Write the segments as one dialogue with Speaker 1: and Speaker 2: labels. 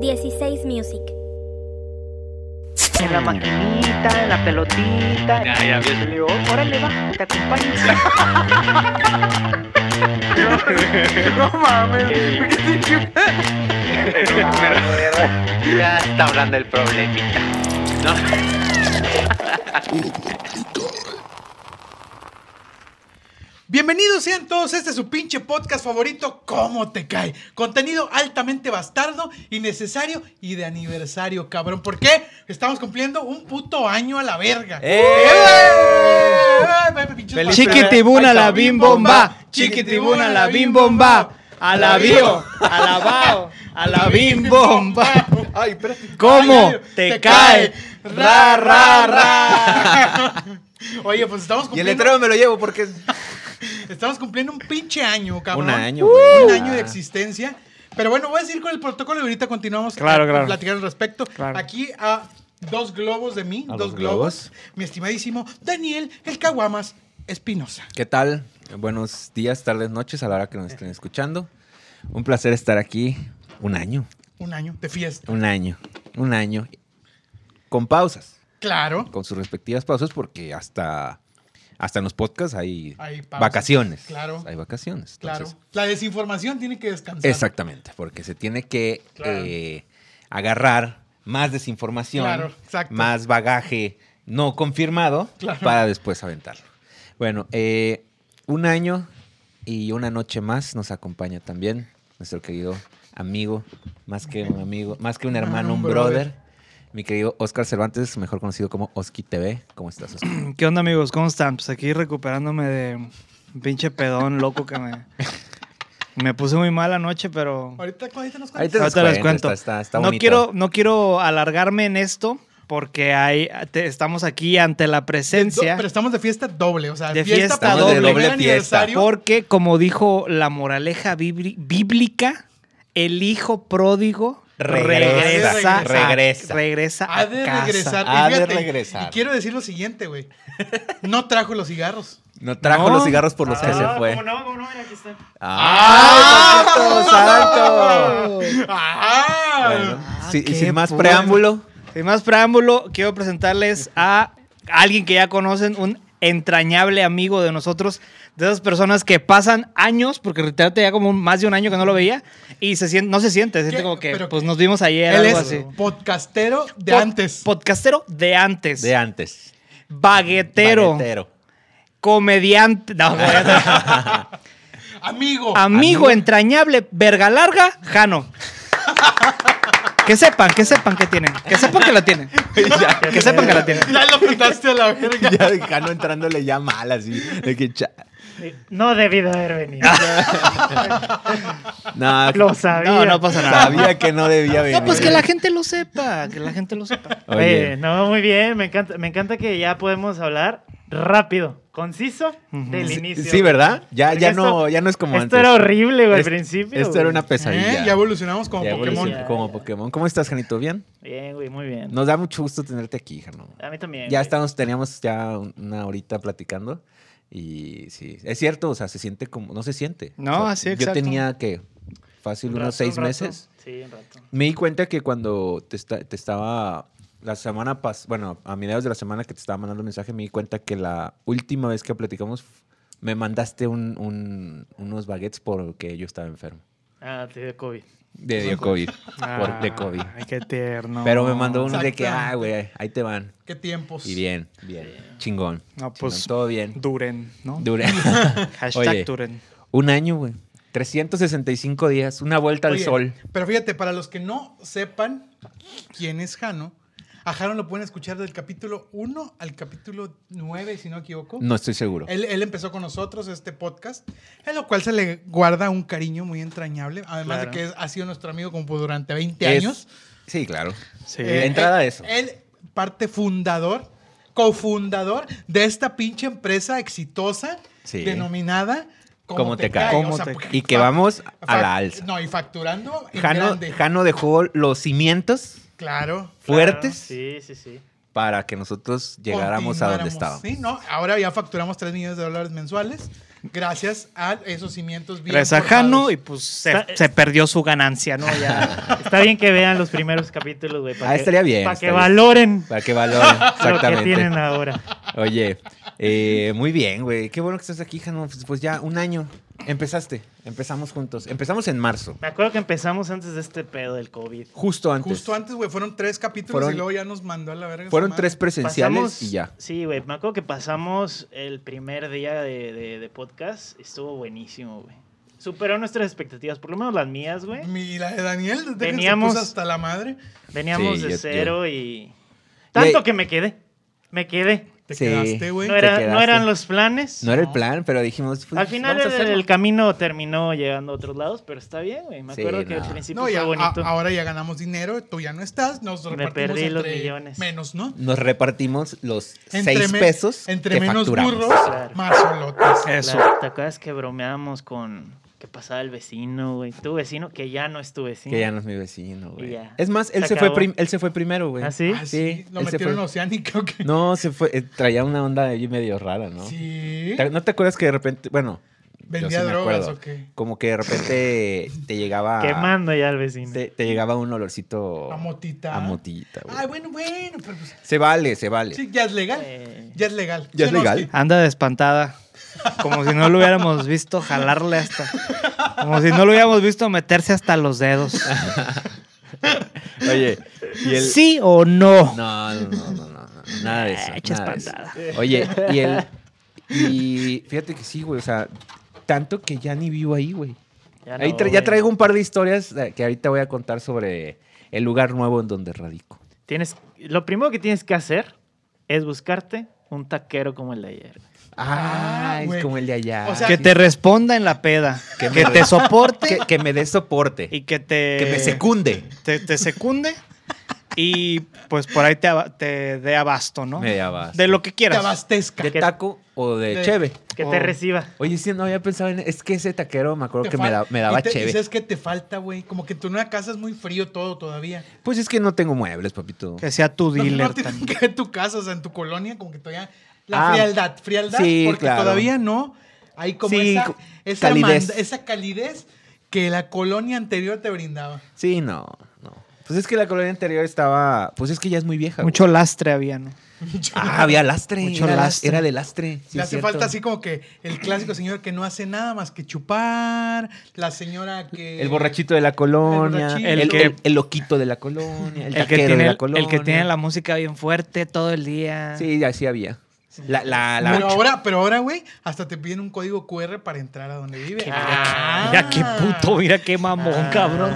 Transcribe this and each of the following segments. Speaker 1: 16 Music.
Speaker 2: En la
Speaker 3: Mm.
Speaker 2: maquinita, en la
Speaker 4: Ya,
Speaker 2: pelotita.
Speaker 4: ya,
Speaker 2: Y le digo, órale, va, te acompaño. no, no mames.
Speaker 4: ya está hablando el problemita. ¿no?
Speaker 5: Bienvenidos sean todos, este es su pinche podcast favorito, ¿Cómo te cae? Contenido altamente bastardo, innecesario y de aniversario, cabrón. ¿Por qué? Estamos cumpliendo un puto año a la verga.
Speaker 6: ¡Eh!
Speaker 5: ¡Eh! Pinches
Speaker 6: Feliz
Speaker 5: bastardos.
Speaker 6: Chiquitibuna
Speaker 5: Ahí
Speaker 6: la
Speaker 5: está.
Speaker 6: bimbomba, chiquitibuna la bimbomba, a la bio, a la bao, a la bimbomba.
Speaker 5: Ay, espérate.
Speaker 6: ¿Cómo
Speaker 5: Ay, ay,
Speaker 6: te cae? Ra, ra,
Speaker 5: ra. Oye, pues
Speaker 3: Y
Speaker 5: estamos
Speaker 3: el
Speaker 5: cumpliendo,
Speaker 3: letrero me lo llevo porque es-
Speaker 5: estamos cumpliendo un pinche año, cabrón.
Speaker 6: Un año, güey.
Speaker 5: Un
Speaker 6: Ah.
Speaker 5: año de existencia. Pero bueno, voy a seguir con el protocolo y ahorita continuamos
Speaker 6: Claro,
Speaker 5: a,
Speaker 6: claro.
Speaker 5: platicar al respecto.
Speaker 6: Claro.
Speaker 5: Aquí a dos globos de mí,
Speaker 3: A
Speaker 5: dos
Speaker 3: los
Speaker 5: globos.
Speaker 3: globos.
Speaker 5: Mi estimadísimo Daniel El Caguamas Espinosa.
Speaker 3: ¿Qué tal? Buenos días, tardes, noches a la hora que nos estén escuchando. Un placer estar aquí. Un año,
Speaker 5: Un año de fiesta.
Speaker 3: un año, un año. Con pausas,
Speaker 5: Claro.
Speaker 3: con sus respectivas pausas porque hasta, hasta en los podcasts hay,
Speaker 5: Hay pausas,
Speaker 3: vacaciones.
Speaker 5: claro.
Speaker 3: Hay vacaciones.
Speaker 5: Claro.
Speaker 3: entonces-
Speaker 5: La desinformación tiene que descansar.
Speaker 3: exactamente, porque se tiene que
Speaker 5: Claro.
Speaker 3: eh, agarrar más desinformación,
Speaker 5: Claro, exacto.
Speaker 3: más bagaje no confirmado
Speaker 5: Claro.
Speaker 3: para después aventarlo. Bueno, eh, un año y una noche más nos acompaña también nuestro querido amigo, más que un amigo, más que un hermano, un brother. Mi querido Oscar Cervantes, mejor conocido como Oski TV. ¿Cómo estás, Oscar?
Speaker 7: ¿Qué onda amigos? ¿Cómo están? Pues aquí recuperándome de un pinche pedón loco que me... Me puse muy mal anoche, pero...
Speaker 5: Ahorita, ahorita nos
Speaker 3: Ahí
Speaker 5: cuentas.
Speaker 3: te
Speaker 7: Ahorita les
Speaker 3: cuento, Está,
Speaker 7: cuento.
Speaker 3: está- está
Speaker 7: no,
Speaker 3: bonito.
Speaker 7: quiero, no quiero alargarme en esto porque hay, te- estamos aquí ante la
Speaker 5: Do-
Speaker 7: presencia.
Speaker 5: Pero estamos de fiesta doble, o sea,
Speaker 7: De
Speaker 5: fiesta,
Speaker 7: fiesta
Speaker 5: para
Speaker 7: doble.
Speaker 5: doble,
Speaker 7: De
Speaker 3: doble fiesta.
Speaker 7: Porque, como dijo la moraleja bibli- bíblica, el hijo pródigo
Speaker 3: Regresa,
Speaker 7: regresa. a-
Speaker 3: regresa.
Speaker 7: regresa a
Speaker 5: Ha de
Speaker 7: casa.
Speaker 5: regresar.
Speaker 3: Ha
Speaker 5: y
Speaker 3: de
Speaker 5: fíjate,
Speaker 3: regresar.
Speaker 5: Y quiero decir lo siguiente, güey. No trajo los cigarros.
Speaker 3: No trajo
Speaker 7: No.
Speaker 3: los cigarros por los que se fue.
Speaker 7: no? ¿Cómo no? Mira, aquí está.
Speaker 3: ¡Ay, papito santo!
Speaker 5: ¡Ah!
Speaker 3: Bueno, sí, y
Speaker 7: qué
Speaker 3: sin más
Speaker 7: puro.
Speaker 3: preámbulo,
Speaker 7: Sin más preámbulo, quiero presentarles a alguien que ya conocen, un entrañable amigo de nosotros, de esas personas que pasan años, porque literalmente ya como más de un año que no lo veía, y se siente, no se siente, se siente
Speaker 5: ¿Qué?
Speaker 7: como que
Speaker 5: Pero-
Speaker 7: pues nos vimos ayer,
Speaker 5: Él es
Speaker 7: algo así.
Speaker 5: podcastero de
Speaker 7: Pod-
Speaker 5: antes.
Speaker 7: Podcastero de antes.
Speaker 3: de antes.
Speaker 7: baguetero.
Speaker 3: Baguetero.
Speaker 7: Comediante. No,
Speaker 5: Amigo.
Speaker 3: Ah,
Speaker 7: amigo entrañable, verga larga, Jano. Que sepan, que sepan que tienen. Que sepan que la tienen. que sepan que la tienen.
Speaker 5: Ya lo pintaste a la verga.
Speaker 3: Ya de Jano entrándole ya mal así. De que cha-
Speaker 8: No debí de haber venido.
Speaker 3: No,
Speaker 8: Lo sabía.
Speaker 7: No, no pasa nada.
Speaker 3: sabía que eh, no debía venir.
Speaker 7: No, pues que la gente lo sepa, que la gente lo sepa.
Speaker 3: Oye,
Speaker 8: Oye, no, muy bien. Me encanta, me encanta que ya podemos hablar rápido, conciso, del inicio.
Speaker 3: sí, ¿verdad? Ya,
Speaker 8: Porque
Speaker 3: ya,
Speaker 8: esto-
Speaker 3: no, ya no es como
Speaker 8: Esto
Speaker 3: antes.
Speaker 8: era horrible, güey, al
Speaker 3: Es-
Speaker 8: principio.
Speaker 3: Esto era
Speaker 8: güey.
Speaker 3: una pesadilla.
Speaker 5: ¿Eh? Ya evolucionamos como
Speaker 3: Ya
Speaker 5: Pokémon.
Speaker 3: evolucionó como Pokémon. ¿Cómo estás, Janito? ¿Bien?
Speaker 8: Bien, güey, muy bien.
Speaker 3: Nos da mucho gusto tenerte aquí, Jano.
Speaker 8: A mí también.
Speaker 3: Ya
Speaker 8: güey.
Speaker 3: estamos, teníamos ya un- una horita platicando y sí, es cierto, o sea, se siente como, no se siente. O
Speaker 7: No,
Speaker 3: sea,
Speaker 7: así,
Speaker 3: Yo
Speaker 7: exacto.
Speaker 3: tenía que, fácil,
Speaker 8: Un
Speaker 3: unos
Speaker 8: rato,
Speaker 3: seis
Speaker 8: un rato.
Speaker 3: meses.
Speaker 8: Sí, un rato.
Speaker 3: Me di cuenta que cuando te, esta- te estaba, la semana pas, bueno, a mediados de la semana que te estaba mandando el mensaje, me di cuenta que la última vez que platicamos me mandaste un- un- unos baguettes porque yo estaba enfermo.
Speaker 8: Ah, te dio COVID.
Speaker 3: De, de COVID. por-
Speaker 8: Ah.
Speaker 3: de COVID.
Speaker 7: Ah, Ay, qué tierno.
Speaker 3: Pero me mandó unos de que,
Speaker 5: Exactamente.
Speaker 3: ah, güey, ahí te van.
Speaker 5: ¿Qué tiempos?
Speaker 3: Y bien, bien. Chingón.
Speaker 7: No,
Speaker 3: No,
Speaker 7: pues,
Speaker 3: pues. todo bien.
Speaker 7: Duren, ¿no?
Speaker 3: Dure.
Speaker 7: Hashtag
Speaker 3: Oye,
Speaker 7: Duren.
Speaker 3: Un año, güey. 365 días, una vuelta al
Speaker 5: Oye,
Speaker 3: sol.
Speaker 5: Pero fíjate, para los que no sepan quién es Jano, a Jano lo pueden escuchar del capítulo 1 al capítulo 9, si no me equivoco.
Speaker 3: No estoy seguro.
Speaker 5: Él, él empezó con nosotros este podcast, en lo cual se le guarda un cariño muy entrañable, además
Speaker 7: Claro.
Speaker 5: de que es- ha sido nuestro amigo como por durante 20
Speaker 3: Es-
Speaker 5: años.
Speaker 3: Sí, claro.
Speaker 7: Sí.
Speaker 5: Eh,
Speaker 3: entrada a
Speaker 5: él-
Speaker 3: eso.
Speaker 5: Él, parte fundador, cofundador de esta pinche empresa exitosa
Speaker 3: Sí.
Speaker 5: denominada
Speaker 3: Como te cae.
Speaker 7: Como te-
Speaker 5: porque
Speaker 3: Y que
Speaker 5: pues, fa-
Speaker 3: vamos a
Speaker 5: fa-
Speaker 3: la alza.
Speaker 5: No, y facturando en
Speaker 3: Jano,
Speaker 5: grande.
Speaker 3: Jano dejó los cimientos
Speaker 5: Claro.
Speaker 3: fuertes
Speaker 8: Sí, sí, sí.
Speaker 3: para que nosotros llegáramos a donde
Speaker 5: Continuáramos.
Speaker 3: estábamos.
Speaker 5: Sí, no, ahora ya facturamos 3 millones de dólares mensuales. gracias a esos cimientos bien
Speaker 7: Gracias a
Speaker 5: forjados.
Speaker 7: Jano y pues se,
Speaker 8: Está-
Speaker 7: se perdió su ganancia, ¿no? Ya.
Speaker 8: Está bien que vean los primeros capítulos, güey.
Speaker 3: Ah, estaría bien,
Speaker 8: Para que
Speaker 3: estaría bien.
Speaker 8: valoren
Speaker 3: Para que valoren,
Speaker 8: lo que tienen
Speaker 3: exactamente.
Speaker 8: ahora.
Speaker 3: Oye, eh, muy bien, güey. Qué bueno que estás aquí, Jano. Pues, pues ya un año. Empezaste. Empezamos juntos. Empezamos en marzo.
Speaker 8: Me acuerdo que empezamos antes de este pedo del COVID.
Speaker 3: Justo antes.
Speaker 5: Justo antes, güey, fueron tres capítulos
Speaker 3: Fueron-
Speaker 5: y luego ya nos mandó a la verga. esa
Speaker 3: Fueron
Speaker 5: madre.
Speaker 3: tres presenciales y ya.
Speaker 8: Sí, güey. Me acuerdo que pasamos el primer día de, de- de podcast. Estuvo buenísimo, güey. Superó nuestras expectativas, por lo menos las mías, güey.
Speaker 5: Mi, la de Daniel, desde
Speaker 8: Teníamos-
Speaker 5: que se puso hasta la madre.
Speaker 8: Veníamos
Speaker 3: Sí,
Speaker 8: de
Speaker 3: yo-
Speaker 8: cero y...
Speaker 3: Y ahí-
Speaker 8: Tanto que me quedé. Me quedé.
Speaker 5: Te
Speaker 3: Sí.
Speaker 5: quedaste, güey.
Speaker 8: No, era-
Speaker 3: quedaste.
Speaker 8: no eran los planes.
Speaker 3: No era el plan, pero dijimos. pues,
Speaker 8: Al final
Speaker 3: vamos a
Speaker 8: el,
Speaker 3: hacerlo.
Speaker 8: el camino terminó llegando a otros lados, pero está bien, güey. Me
Speaker 3: Sí,
Speaker 8: acuerdo que
Speaker 3: no.
Speaker 8: al principio
Speaker 5: No,
Speaker 8: fue
Speaker 5: ya, a-
Speaker 8: bonito.
Speaker 5: ahora ya ganamos dinero, tú ya no estás, nos
Speaker 8: Me
Speaker 5: repartimos
Speaker 8: perdí los
Speaker 5: entre
Speaker 8: millones.
Speaker 5: Menos, ¿no?
Speaker 3: Nos repartimos los
Speaker 5: Entre
Speaker 3: seis
Speaker 5: me-
Speaker 3: pesos.
Speaker 5: Entre
Speaker 3: que
Speaker 5: menos
Speaker 3: facturamos.
Speaker 5: burros,
Speaker 8: Claro.
Speaker 5: más solotes.
Speaker 7: Eso.
Speaker 8: Claro, ¿Te acuerdas que bromeábamos con que pasaba el vecino, güey? Tu vecino que ya no es tu vecino.
Speaker 3: Que ya no es mi vecino,
Speaker 8: Y
Speaker 3: güey.
Speaker 8: ya.
Speaker 3: Es más, él
Speaker 8: Se
Speaker 3: se, fue
Speaker 8: acabó.
Speaker 3: prim- él se fue primero, güey.
Speaker 8: ¿Ah, sí?
Speaker 5: Ah,
Speaker 3: Sí,
Speaker 5: Lo
Speaker 3: él se
Speaker 5: metieron en
Speaker 3: fue.
Speaker 5: Oceánica, ¿o qué?
Speaker 3: No, se fue. eh, traía una onda ahí medio rara, ¿no?
Speaker 5: Sí.
Speaker 3: ¿Te- ¿No te acuerdas que de repente, bueno, yo
Speaker 5: ¿Vendía
Speaker 3: sí me
Speaker 5: drogas
Speaker 3: acuerdo,
Speaker 5: o qué?
Speaker 3: Como que de repente te
Speaker 5: Ah,
Speaker 3: llegaba
Speaker 8: Quemando ya al vecino.
Speaker 3: te, te llegaba un olorcito
Speaker 5: A motita.
Speaker 3: a motita, güey.
Speaker 5: Ay, bueno, bueno, pero pues,
Speaker 3: Se vale, se vale.
Speaker 5: sí, ya es legal.
Speaker 8: Eh,
Speaker 5: Ya es legal.
Speaker 3: Ya es legal.
Speaker 5: Chenoski.
Speaker 7: Anda de espantada. Como si no lo hubiéramos visto jalarle hasta. Como si no lo hubiéramos visto meterse hasta los dedos.
Speaker 3: Oye, y el
Speaker 7: ¿Sí o
Speaker 3: no,
Speaker 7: no?
Speaker 3: no, no, no, no, no, nada
Speaker 8: Eh,
Speaker 3: de eso.
Speaker 7: Ah, hecha
Speaker 3: nada de eso.
Speaker 7: espantada.
Speaker 3: Oye, y el y fíjate que sí, güey, o sea, tanto que ya ni vivo ahí, güey.
Speaker 8: ya
Speaker 3: ahí
Speaker 8: no,
Speaker 3: tra-
Speaker 8: güey.
Speaker 3: ya traigo un par de historias eh, que ahorita voy a contar sobre el lugar nuevo en donde radico.
Speaker 8: Tienes, lo primero que tienes que hacer es buscarte un taquero como el de ayer.
Speaker 5: Ah,
Speaker 3: Ah, es
Speaker 5: güey.
Speaker 3: como el de allá.
Speaker 5: O sea,
Speaker 7: Que te responda en la peda. Que,
Speaker 3: me-
Speaker 7: te soporte
Speaker 3: que, que me dé soporte.
Speaker 7: y que te.
Speaker 3: que me secunde.
Speaker 7: te, te secunde. Y pues por ahí te, aba- te dé abasto, ¿no?
Speaker 3: Me abasto.
Speaker 7: De lo que
Speaker 5: Te
Speaker 7: quieras.
Speaker 5: abastezca.
Speaker 3: ¿De
Speaker 8: que-
Speaker 3: taco o de,
Speaker 5: de-
Speaker 3: cheve?
Speaker 8: Que
Speaker 7: Oh.
Speaker 8: te reciba.
Speaker 3: Oye, sí, no había pensado en... Es que ese taquero me acuerdo
Speaker 5: Te
Speaker 3: que me,
Speaker 5: fal-
Speaker 3: da- me daba
Speaker 5: y te-
Speaker 3: cheve.
Speaker 5: Y sabes que te falta, güey. Como que en tu nueva casa es muy frío todo todavía.
Speaker 3: Pues es que no tengo muebles, papito.
Speaker 7: Que sea tu
Speaker 5: No,
Speaker 7: dealer
Speaker 5: no te-
Speaker 7: también.
Speaker 5: que en tu casa, o sea, en tu colonia, como que todavía. La
Speaker 3: Ah,
Speaker 5: frialdad, frialdad,
Speaker 3: sí,
Speaker 5: porque
Speaker 3: claro.
Speaker 5: todavía no. Hay como
Speaker 3: Sí,
Speaker 5: esa,
Speaker 3: co-
Speaker 5: esa,
Speaker 3: calidez.
Speaker 5: manda- esa calidez que la colonia anterior te brindaba.
Speaker 3: Sí, no, no. Pues es que la colonia anterior estaba... Pues es que ya es muy vieja. güey.
Speaker 7: Mucho lastre había, ¿no?
Speaker 3: Ah, había lastre.
Speaker 7: Mucho
Speaker 3: era, las-
Speaker 7: lastre.
Speaker 3: era de lastre. sí es
Speaker 5: Le hace
Speaker 3: cierto.
Speaker 5: falta así como que el clásico señor que no hace nada más que chupar, la señora que...
Speaker 3: El borrachito de la colonia,
Speaker 5: borrachito.
Speaker 3: el,
Speaker 7: El que-
Speaker 3: el- el loquito de la colonia, el,
Speaker 7: El que,
Speaker 3: taquero de
Speaker 7: tiene,
Speaker 3: la
Speaker 7: el,
Speaker 3: colonia.
Speaker 7: que tiene la música bien fuerte todo el día.
Speaker 3: Sí, así había. La, la, la-
Speaker 5: Pero ahora, pero ahora, güey, hasta te piden un código QR para entrar a donde vive.
Speaker 8: Qué
Speaker 5: Ah.
Speaker 7: Mira qué puto, mira qué mamón,
Speaker 8: Ah.
Speaker 7: cabrón.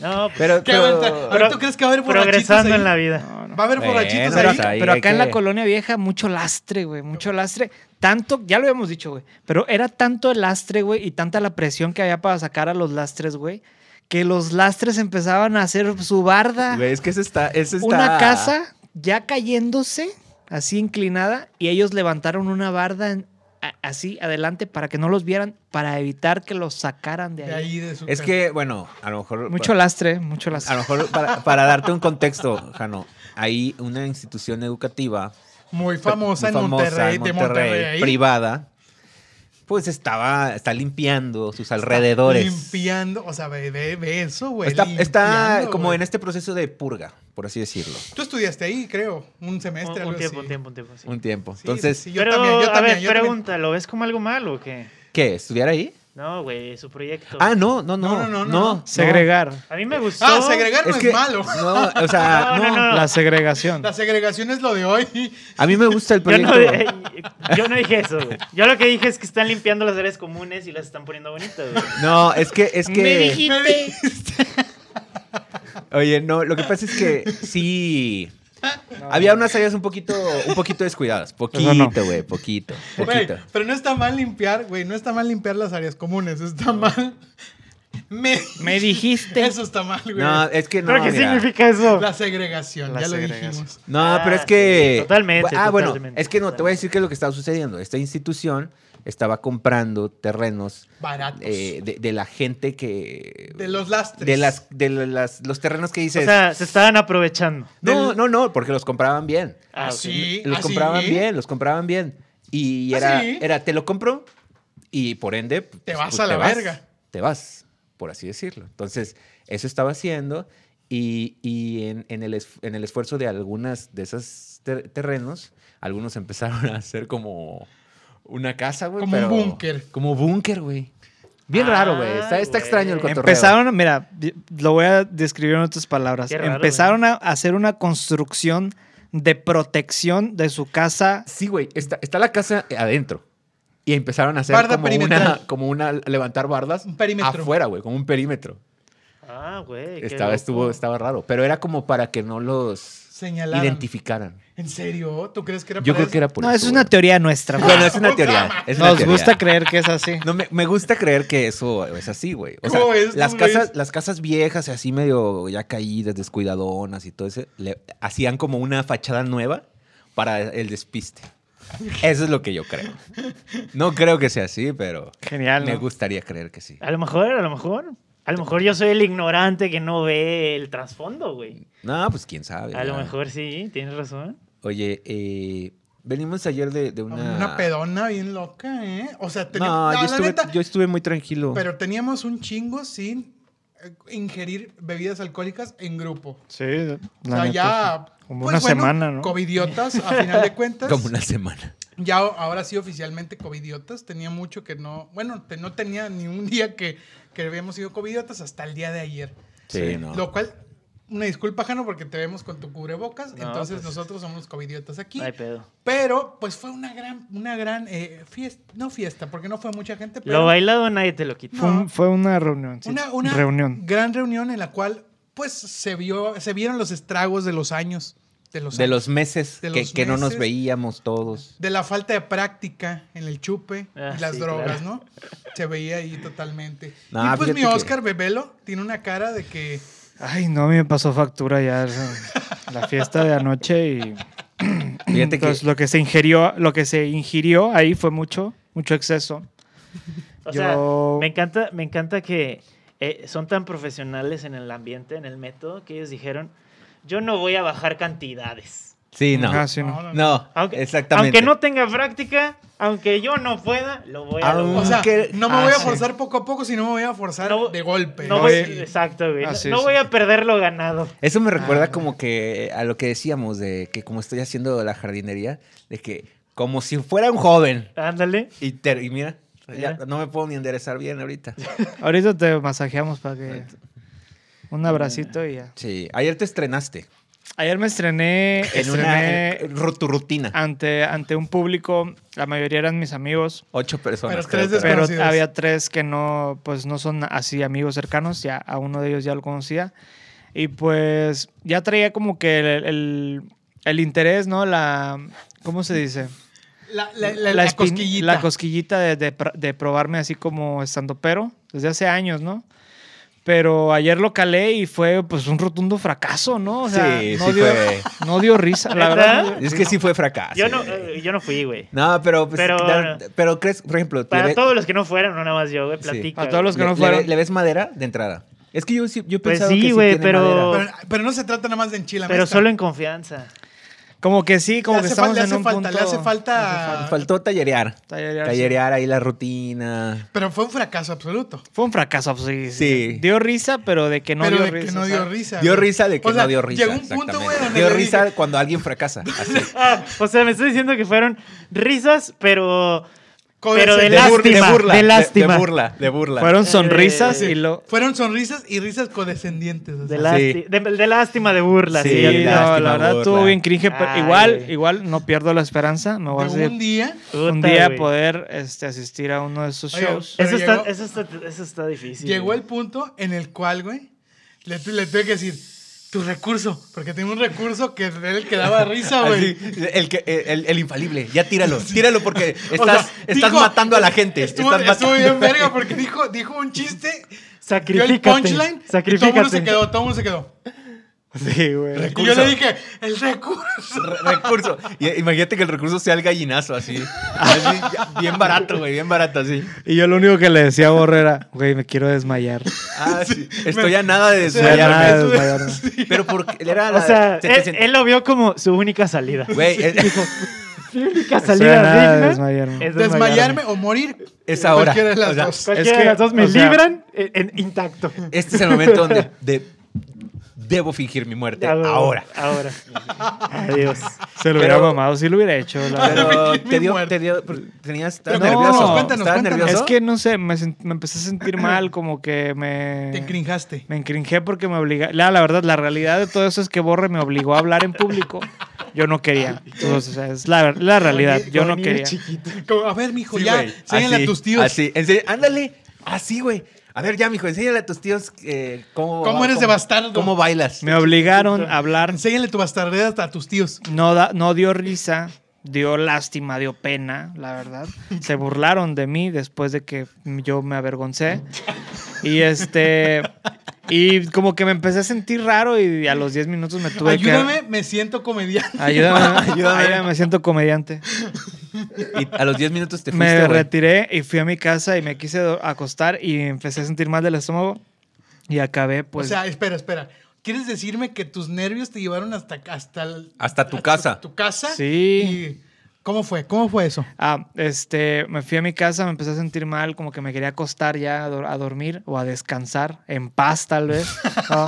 Speaker 8: No, pues,
Speaker 3: Pero,
Speaker 5: ¿Qué
Speaker 3: pero-
Speaker 5: aguanta? ¿Ahora tú crees que va a haber borrachitos
Speaker 8: progresando
Speaker 5: ahí?
Speaker 8: en la vida.
Speaker 5: Va a haber
Speaker 3: Bueno,
Speaker 5: borrachitos
Speaker 3: pero
Speaker 5: ahí.
Speaker 3: hasta Pues ahí
Speaker 7: Pero
Speaker 3: hay
Speaker 7: acá en
Speaker 3: que-
Speaker 7: la colonia vieja, mucho lastre, güey, mucho lastre. Tanto, ya lo habíamos dicho, güey, pero era tanto el lastre, güey, y tanta la presión que había para sacar a los lastres, güey, que los lastres empezaban a hacer su barda.
Speaker 3: Güey, es que ese está, ese está...
Speaker 7: Una casa ya cayéndose, así inclinada, y ellos levantaron una barda en- a- así adelante para que no los vieran, para evitar que los sacaran de ahí.
Speaker 5: De ahí de su
Speaker 3: Es
Speaker 5: casa.
Speaker 3: que, bueno, a lo mejor...
Speaker 7: Mucho lastre,
Speaker 3: A
Speaker 7: mucho
Speaker 3: lo
Speaker 7: lastre.
Speaker 3: mejor para, para darte un contexto, Jano, hay una institución educativa
Speaker 5: Muy
Speaker 3: muy
Speaker 5: famosa,
Speaker 3: famosa
Speaker 5: en Monterrey, de Monterrey.
Speaker 3: privada, pues estaba, está limpiando sus alrededores. Pues
Speaker 5: Limpiando, o sea, ve, ve- ve eso, güey.
Speaker 3: está está
Speaker 5: limpiando,
Speaker 3: como
Speaker 5: güey.
Speaker 3: en este proceso de purga, por así decirlo,
Speaker 5: Tú estudiaste ahí, creo, un
Speaker 8: Un,
Speaker 5: semestre.
Speaker 8: un
Speaker 5: algo
Speaker 8: tiempo,
Speaker 5: así.
Speaker 8: un tiempo, un tiempo. sí.
Speaker 3: un tiempo.
Speaker 5: Sí,
Speaker 3: Entonces,
Speaker 5: sí, yo
Speaker 8: Pero,
Speaker 5: también, yo
Speaker 8: a
Speaker 5: también,
Speaker 8: ver,
Speaker 5: yo también.
Speaker 8: pregunta, ¿lo ves como algo malo o qué?
Speaker 3: ¿qué? ¿Estudiar ahí?
Speaker 8: No, güey, su proyecto.
Speaker 3: Ah, no, no, no,
Speaker 5: No,
Speaker 3: no,
Speaker 5: no, no, no.
Speaker 7: Segregar.
Speaker 8: A mí me gustó.
Speaker 5: Ah, segregar no
Speaker 3: Es
Speaker 5: es,
Speaker 3: que,
Speaker 5: malo.
Speaker 3: no, o sea,
Speaker 8: No, no,
Speaker 3: no.
Speaker 8: no.
Speaker 7: La segregación.
Speaker 5: La segregación es lo de hoy.
Speaker 3: a mí me gusta el
Speaker 8: Yo
Speaker 3: proyecto.
Speaker 8: no, yo no dije eso, güey. Yo lo que dije es que están limpiando las áreas comunes y las están poniendo bonitas, güey.
Speaker 3: No, es que, es que.
Speaker 7: Me dijiste.
Speaker 3: Oye, no, lo que pasa es que sí. Había unas áreas un poquito, un poquito descuidadas. Poquito,
Speaker 7: no.
Speaker 3: güey, poquito,
Speaker 5: Güey,
Speaker 3: poquito.
Speaker 5: pero no está mal limpiar, güey. No está mal limpiar las áreas comunes. Está mal. Me,
Speaker 7: Me dijiste.
Speaker 5: Eso está mal, güey.
Speaker 3: No, es que no.
Speaker 8: ¿Pero qué
Speaker 3: mira.
Speaker 8: significa eso?
Speaker 5: La segregación,
Speaker 7: La
Speaker 5: ya
Speaker 7: segregación.
Speaker 5: lo dijimos.
Speaker 3: No,
Speaker 8: Ah,
Speaker 3: pero es que.
Speaker 8: sí, totalmente,
Speaker 3: Ah, bueno,
Speaker 8: totalmente,
Speaker 3: es que no, te voy a decir qué es lo que estaba sucediendo. Esta institución estaba comprando terrenos
Speaker 5: Baratos.
Speaker 3: eh, de, de la gente que.
Speaker 5: de los lastres.
Speaker 3: De, las, de las, los terrenos que
Speaker 8: O
Speaker 3: dices.
Speaker 8: sea, se estaban aprovechando.
Speaker 3: no,
Speaker 5: del-
Speaker 3: no, no, porque los compraban bien.
Speaker 8: Ah, ok.
Speaker 5: Así.
Speaker 3: Los
Speaker 5: así.
Speaker 3: compraban bien, los compraban bien. Y era,
Speaker 5: ¿Ah, sí?
Speaker 3: era, te lo compro, Y por ende... pues, Te
Speaker 5: vas a la verga.
Speaker 3: Te vas, por así decirlo. Entonces, eso estaba haciendo y, y en, en el es- en el esfuerzo de algunas de esas ter- terrenos, algunos empezaron a hacer como una casa, güey.
Speaker 5: Como un
Speaker 3: pero-
Speaker 5: búnker.
Speaker 3: Como búnker, güey. Bien
Speaker 8: Ah,
Speaker 3: raro, güey. Está, está
Speaker 8: güey.
Speaker 3: extraño el cotorreo.
Speaker 7: Empezaron, mira, lo voy a describir en otras palabras.
Speaker 8: Qué raro,
Speaker 7: Empezaron a hacer una construcción de protección de su casa.
Speaker 3: Sí, güey. Está, está la casa eh, adentro. Y empezaron a hacer
Speaker 5: Barda
Speaker 3: como una,
Speaker 5: perimetral.
Speaker 3: como una... Levantar bardas
Speaker 5: Un perímetro.
Speaker 3: afuera, güey. Como un perímetro.
Speaker 8: Ah, güey. qué
Speaker 3: Estaba,
Speaker 8: loco.
Speaker 3: estuvo, estaba raro. Pero era como para que no los
Speaker 5: Señalaron.
Speaker 3: identificaran.
Speaker 5: ¿En serio? ¿Tú crees que era
Speaker 3: Yo
Speaker 5: para
Speaker 3: creo que era por
Speaker 7: No,
Speaker 3: eso.
Speaker 7: es
Speaker 3: güey.
Speaker 7: una teoría nuestra. güey.
Speaker 3: Bueno, es una teoría. es una
Speaker 7: Nos
Speaker 3: teoría.
Speaker 7: gusta creer que es así.
Speaker 3: No, me, me gusta creer que eso es así, güey. O sea,
Speaker 5: ¿Cómo es,
Speaker 3: las,
Speaker 5: no ves?
Speaker 3: casas, las casas viejas, así medio ya caídas, descuidadonas y todo eso, le hacían como una fachada nueva para el despiste. Eso es lo que yo creo. No creo que sea así, pero
Speaker 7: Genial,
Speaker 3: me
Speaker 7: ¿no?
Speaker 3: gustaría creer que sí.
Speaker 8: A lo mejor, a lo mejor. A lo mejor yo soy el ignorante que no ve el trasfondo, güey.
Speaker 3: No, pues quién sabe.
Speaker 8: A lo
Speaker 3: ya.
Speaker 8: mejor sí, tienes razón.
Speaker 3: Oye, eh, venimos ayer de, de
Speaker 5: una...
Speaker 3: una...
Speaker 5: pedona bien loca, ¿eh? O sea, teníamos...
Speaker 3: No,
Speaker 5: la
Speaker 3: yo, estuve,
Speaker 5: neta,
Speaker 3: yo estuve muy tranquilo.
Speaker 5: Pero teníamos un chingo sin eh, ingerir bebidas alcohólicas en grupo.
Speaker 7: Sí,
Speaker 5: O sea, ya...
Speaker 7: Como
Speaker 5: pues,
Speaker 7: una
Speaker 5: bueno,
Speaker 7: semana, ¿no?
Speaker 5: Covidiotas, a final de cuentas.
Speaker 3: Como una semana.
Speaker 5: Ya o- ahora sí oficialmente covidiotas. Tenía mucho que no... Bueno, te- no tenía ni un día que, que habíamos sido covidiotas hasta el día de ayer.
Speaker 3: Sí, no.
Speaker 5: Lo cual... Una disculpa, Jano, porque te vemos con tu cubrebocas.
Speaker 8: No,
Speaker 5: entonces
Speaker 8: pues-
Speaker 5: nosotros somos covidiotas aquí.
Speaker 8: No hay pedo.
Speaker 5: Pero, pues fue una gran, una gran fiesta, no fiesta, porque no fue mucha gente, pero
Speaker 8: Lo bailado nadie te lo quita.
Speaker 5: No.
Speaker 7: Fue, un- fue una reunión. sí.
Speaker 5: una, una
Speaker 7: reunión.
Speaker 5: gran reunión en la cual, pues, se vio, se vieron los estragos de los años, de los,
Speaker 3: De
Speaker 5: años,
Speaker 3: los meses
Speaker 5: De
Speaker 3: que,
Speaker 5: los
Speaker 3: que no nos
Speaker 5: meses.
Speaker 3: veíamos todos.
Speaker 5: de la falta de práctica en el chupe
Speaker 8: Ah,
Speaker 5: y las
Speaker 8: sí,
Speaker 5: drogas,
Speaker 8: claro.
Speaker 5: ¿no? Se veía ahí totalmente.
Speaker 3: Nah,
Speaker 5: y pues mi
Speaker 3: fíjate que-
Speaker 5: Oscar Bebelo tiene una cara de que
Speaker 7: Ay, no, a mí me pasó factura ya esa- la fiesta de anoche y
Speaker 3: Fíjate que
Speaker 7: entonces lo que se ingirió, lo que se ingirió ahí fue mucho, mucho exceso.
Speaker 8: O
Speaker 7: Yo-
Speaker 8: sea, me encanta, me encanta que eh, son tan profesionales en el ambiente, en el método, que ellos dijeron, yo no voy a bajar cantidades.
Speaker 3: Sí, no.
Speaker 7: Ah, sí, no.
Speaker 5: No, no,
Speaker 3: No,
Speaker 8: Aunque,
Speaker 3: exactamente.
Speaker 8: Aunque no tenga práctica, aunque yo no pueda, lo voy a
Speaker 3: Aún-
Speaker 8: lograr.
Speaker 5: o sea,
Speaker 3: Aunque-
Speaker 5: no me
Speaker 7: ah,
Speaker 5: voy a
Speaker 7: sí.
Speaker 5: forzar poco a poco, sino me voy a forzar
Speaker 8: No-
Speaker 5: de golpe.
Speaker 8: No
Speaker 7: No,
Speaker 8: voy,
Speaker 7: eh,
Speaker 8: exacto, güey.
Speaker 7: ah,
Speaker 8: No-
Speaker 7: sí,
Speaker 8: no
Speaker 7: sí.
Speaker 8: voy a perder lo ganado.
Speaker 3: Eso me recuerda como que a lo que decíamos de que como estoy haciendo la jardinería, de que como si fuera un joven.
Speaker 8: Ándale.
Speaker 3: Y, ter- y mira, ya
Speaker 8: Mira.
Speaker 3: no me puedo ni enderezar bien ahorita.
Speaker 7: Ahorita te masajeamos para que un abracito y ya.
Speaker 3: Sí, ayer te estrenaste
Speaker 7: Ayer me estrené,
Speaker 3: en una
Speaker 7: estrené Ah.
Speaker 3: en- ru- tu rutina.
Speaker 7: ante, ante un público, la mayoría eran mis amigos,
Speaker 3: Ocho personas.
Speaker 5: Pero tres
Speaker 3: creo que
Speaker 5: de-
Speaker 3: eran.
Speaker 7: pero
Speaker 5: Desconocidos.
Speaker 7: había tres que no, pues no son así amigos cercanos, ya a uno de ellos ya lo conocía. Y pues ya traía como que el, el- el interés, ¿no? La, ¿cómo se dice?
Speaker 5: La, la- la- la
Speaker 7: espin-
Speaker 5: cosquillita.
Speaker 7: la cosquillita de, de pr- de probarme así como estando pero desde hace años, ¿no? Pero ayer lo calé y fue pues un rotundo fracaso, ¿no? O sea,
Speaker 3: Sí,
Speaker 7: no,
Speaker 3: sí
Speaker 7: dio,
Speaker 3: fue.
Speaker 7: no dio risa, la verdad. no dio-
Speaker 3: Es que sí fue fracaso.
Speaker 8: Yo no,
Speaker 3: güey.
Speaker 8: eh, yo no fui, güey.
Speaker 3: No, pero, pues,
Speaker 8: Pero-
Speaker 3: dar- pero crees, por ejemplo, le
Speaker 8: Para
Speaker 3: ve-
Speaker 8: todos los que no fueron, no nada más yo, güey.
Speaker 3: Sí.
Speaker 8: Platica.
Speaker 7: Para todos los que
Speaker 3: le-
Speaker 7: no
Speaker 3: le
Speaker 7: fueron.
Speaker 3: ve- ¿Le ves madera de entrada? Es que yo, sí- yo he
Speaker 8: Pues
Speaker 3: pensado
Speaker 8: sí,
Speaker 3: que sí
Speaker 8: güey,
Speaker 3: tiene
Speaker 8: pero-
Speaker 3: madera.
Speaker 5: Pero, pero no se trata nada más de enchila.
Speaker 8: Pero solo en confianza.
Speaker 7: Como que sí, como
Speaker 5: Le
Speaker 7: que
Speaker 5: hace
Speaker 7: estamos
Speaker 5: fal- le
Speaker 7: en
Speaker 5: hace
Speaker 7: un
Speaker 5: falta, le
Speaker 7: punto...
Speaker 5: hace falta-
Speaker 3: Faltó tallerear.
Speaker 7: Tallerear, sí.
Speaker 3: Tallerear ahí la rutina.
Speaker 5: Pero fue un fracaso absoluto.
Speaker 7: Fue un fracaso, pues, sí, sí.
Speaker 3: Sí.
Speaker 7: Dio risa, pero de que no
Speaker 5: pero
Speaker 7: dio
Speaker 5: de
Speaker 7: risa.
Speaker 5: que no
Speaker 7: o
Speaker 5: dio
Speaker 7: sea,
Speaker 5: risa.
Speaker 3: Dio
Speaker 5: güey.
Speaker 3: risa de que
Speaker 5: O sea,
Speaker 3: no dio risa.
Speaker 5: Llegó un punto, güey,
Speaker 3: exactamente.
Speaker 5: donde
Speaker 3: Dio
Speaker 5: le
Speaker 3: risa
Speaker 5: dije,
Speaker 3: cuando alguien fracasa. así.
Speaker 8: Ah, o sea, me estoy diciendo que fueron risas, pero
Speaker 5: "Cóbrense".
Speaker 8: pero de
Speaker 5: De burla.
Speaker 8: lástima,
Speaker 3: de burla.
Speaker 8: de lástima.
Speaker 3: De burla, de burla.
Speaker 7: Fueron sonrisas
Speaker 8: Eh,
Speaker 7: y lo...
Speaker 5: Fueron sonrisas y risas condescendientes. o
Speaker 8: de,
Speaker 5: sea.
Speaker 8: lásti- de, de lástima de burla.
Speaker 3: Sí,
Speaker 8: sí,
Speaker 7: Sí,
Speaker 8: ya
Speaker 7: no,
Speaker 8: te-
Speaker 3: lástima,
Speaker 7: la verdad
Speaker 3: burla.
Speaker 7: estuvo bien cringe, pero
Speaker 8: Ay,
Speaker 7: igual,
Speaker 8: güey.
Speaker 7: igual no pierdo la esperanza. Me voy a
Speaker 5: De
Speaker 7: hacer
Speaker 5: un día.
Speaker 8: Puta,
Speaker 7: un día
Speaker 8: güey.
Speaker 7: poder este, asistir a uno de esos
Speaker 5: Oye,
Speaker 7: shows.
Speaker 8: Eso
Speaker 5: Pero
Speaker 8: está,
Speaker 5: llegó-
Speaker 8: eso, está, eso está difícil.
Speaker 5: Llegó
Speaker 8: güey.
Speaker 5: el punto en el cual, güey, le, tu- le tuve que decir, tu recurso, porque tenía un recurso que era el que daba risa,
Speaker 3: Así,
Speaker 5: güey.
Speaker 3: el, que- el- el infalible, ya tíralo, tíralo porque estás,
Speaker 5: O sea,
Speaker 3: estás
Speaker 5: dijo-
Speaker 3: matando a la gente.
Speaker 5: Estuvo,
Speaker 3: estás
Speaker 5: estuvo
Speaker 3: matando-
Speaker 5: bien verga porque dijo, dijo un chiste, dio el
Speaker 8: Sacrifícate.
Speaker 5: punchline, y todo el mundo
Speaker 8: sacrifícate.
Speaker 5: se quedó, todo el mundo se quedó.
Speaker 7: Sí, güey.
Speaker 5: Y yo le dije, el recurso.
Speaker 3: Re- recurso. Y- imagínate que el recurso sea el gallinazo, así. Así, ya, bien barato, güey, bien barato, así.
Speaker 7: Y yo lo único que le decía a Borre era, güey, me quiero desmayar.
Speaker 3: Ah, sí. Estoy a nada de
Speaker 7: Me quiero
Speaker 3: desmayarme.
Speaker 7: desmayarme.
Speaker 3: Pero porque era
Speaker 8: O
Speaker 3: la-
Speaker 8: sea,
Speaker 3: se- te
Speaker 8: él,
Speaker 3: sent-
Speaker 8: él lo vio como su única salida.
Speaker 3: Güey, es-
Speaker 9: mi única
Speaker 7: Suena a
Speaker 9: salida digna
Speaker 7: desmayarme.
Speaker 9: es
Speaker 5: Desmayarme o morir.
Speaker 3: Es ahora.
Speaker 5: Cualquiera de las
Speaker 3: O sea,
Speaker 5: dos.
Speaker 9: Cualquiera
Speaker 7: Es que,
Speaker 9: de las dos me
Speaker 7: o sea,
Speaker 9: libran eh, en- intacto.
Speaker 3: Este es el momento donde de- debo fingir mi muerte.
Speaker 9: Ya, güey,
Speaker 3: Ahora.
Speaker 9: Ahora. Adiós.
Speaker 7: Se lo hubiera
Speaker 3: Pero-
Speaker 7: mamado si lo hubiera hecho. la verdad.
Speaker 3: Pero
Speaker 5: mi
Speaker 3: te dio,
Speaker 5: muerte.
Speaker 3: te dio, pero tenías, estabas
Speaker 5: Pero
Speaker 7: cuéntanos,
Speaker 3: nervioso.
Speaker 5: cuéntanos,
Speaker 3: ¿Estabas
Speaker 5: cuéntanos.
Speaker 7: Es
Speaker 3: nervioso?
Speaker 7: que no sé, me, sent- me empecé a sentir mal, como que
Speaker 5: Te
Speaker 7: me.
Speaker 5: encrinjaste.
Speaker 7: Me encringé porque me obliga. La, la verdad, la realidad de todo eso es que Borre me obligó a hablar en público. Yo no quería. Entonces, o sea, es la, ver- la realidad. Yo no quería.
Speaker 5: Como, a ver, mijo,
Speaker 3: Sí,
Speaker 5: ya,
Speaker 3: güey.
Speaker 5: enséñale
Speaker 3: Así,
Speaker 5: a tus tíos.
Speaker 3: Así, ense- ándale, así, güey. A ver, ya, mijo, enséñale a tus tíos eh, cómo...
Speaker 5: ¿Cómo eres de bastardo?
Speaker 3: ¿Cómo bailas?
Speaker 7: Me obligaron a hablar.
Speaker 5: Enséñale tu bastardez hasta a tus tíos.
Speaker 7: No, da- no dio risa, dio lástima, dio pena, la verdad. Se burlaron de mí después de que yo me avergoncé. Y este. Y como que me empecé a sentir raro y a los 10 minutos me tuve Ah,
Speaker 5: Ayúdame, me siento comediante.
Speaker 7: que. Ayúdame, ayúdame. me siento comediante.
Speaker 3: Y a los 10 minutos te fuiste,
Speaker 7: Me
Speaker 3: güey.
Speaker 7: retiré y fui a mi casa y me quise do- acostar y empecé a sentir mal del estómago y acabé pues
Speaker 5: o sea, espera, espera. ¿Quieres decirme que tus nervios te llevaron hasta hasta el-
Speaker 3: Hasta tu casa.
Speaker 5: Tu casa.
Speaker 7: Sí.
Speaker 5: Y- ¿Cómo fue? ¿Cómo fue eso?
Speaker 7: Ah, este, me fui a mi casa, me empecé a sentir mal, como que me quería acostar ya a, dor- a dormir o a descansar, en paz tal vez. ¿no?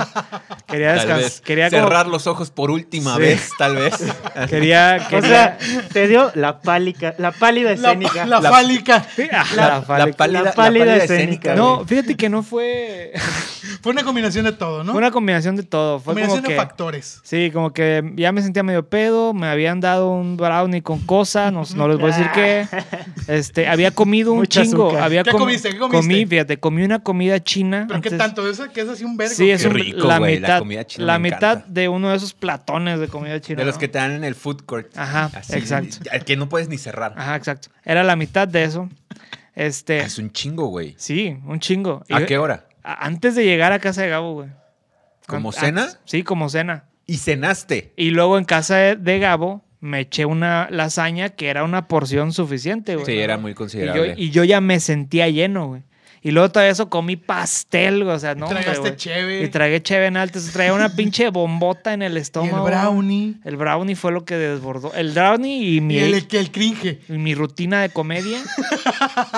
Speaker 7: Quería
Speaker 3: Tal vez.
Speaker 7: descansar, quería como-
Speaker 3: cerrar los ojos por última
Speaker 7: Sí.
Speaker 3: vez, tal vez.
Speaker 7: quería,
Speaker 8: O
Speaker 7: quería-
Speaker 8: sea, te dio la pálica, la pálida
Speaker 5: La,
Speaker 8: escénica.
Speaker 5: la
Speaker 3: La-
Speaker 5: fálica.
Speaker 7: Ah,
Speaker 3: La,
Speaker 7: la
Speaker 3: la
Speaker 7: fálica.
Speaker 3: pálida,
Speaker 8: la
Speaker 3: la
Speaker 8: pálida
Speaker 3: pálida
Speaker 8: escénica,
Speaker 3: escénica.
Speaker 7: No, fíjate que no fue,
Speaker 5: Fue una combinación de todo, ¿no?
Speaker 7: fue una combinación de todo, fue
Speaker 5: combinación
Speaker 7: como
Speaker 5: de
Speaker 7: que
Speaker 5: factores.
Speaker 7: Sí, como que ya me sentía medio pedo, me habían dado un brownie con cosa, no, no les voy a decir qué. Este, había comido un
Speaker 8: Mucho
Speaker 7: chingo,
Speaker 8: azúcar.
Speaker 7: había
Speaker 5: ¿Qué
Speaker 7: comi-
Speaker 5: comiste? ¿Qué comiste?
Speaker 7: Comí, fíjate, comí una comida china.
Speaker 5: ¿Pero qué
Speaker 7: antes-
Speaker 5: tanto? ¿Eso, ¿Que es así un vergo?
Speaker 7: Sí, es
Speaker 3: Qué
Speaker 7: un-
Speaker 3: rico,
Speaker 7: la
Speaker 3: güey, la
Speaker 7: mitad,
Speaker 3: comida china
Speaker 7: la
Speaker 3: me
Speaker 7: mitad
Speaker 3: encanta.
Speaker 7: de uno de esos platones de comida china.
Speaker 3: De los
Speaker 7: ¿no?
Speaker 3: que te dan en el food court.
Speaker 7: Ajá, exacto. Ah,
Speaker 3: ya, Que no puedes ni cerrar.
Speaker 7: Ajá, exacto. Era la mitad de eso. Este,
Speaker 3: Es un chingo, güey.
Speaker 7: sí, un chingo.
Speaker 3: Ah, ¿A
Speaker 7: Y-
Speaker 3: qué hora?
Speaker 7: a- Antes de llegar a casa de Gabo, güey.
Speaker 3: ¿Como
Speaker 7: Ant-
Speaker 3: cena?
Speaker 7: antes- sí, como cena.
Speaker 3: Y cenaste.
Speaker 7: Y luego en casa de, de Gabo me eché una lasaña que era una porción suficiente, güey.
Speaker 3: Sí, era muy
Speaker 7: y yo,
Speaker 3: considerable.
Speaker 7: y yo ya me sentía lleno, güey. Y luego todavía eso comí pastel, güey. O sea, no. hombre,
Speaker 5: Tragaste
Speaker 7: güey.
Speaker 5: cheve.
Speaker 7: Y tragué cheve en alto. Entonces, Traía una pinche bombota en el
Speaker 5: Y el
Speaker 7: estómago.
Speaker 5: brownie.
Speaker 7: El brownie fue lo que desbordó. El brownie y mi,
Speaker 5: Y el, que el cringe.
Speaker 7: y mi rutina de comedia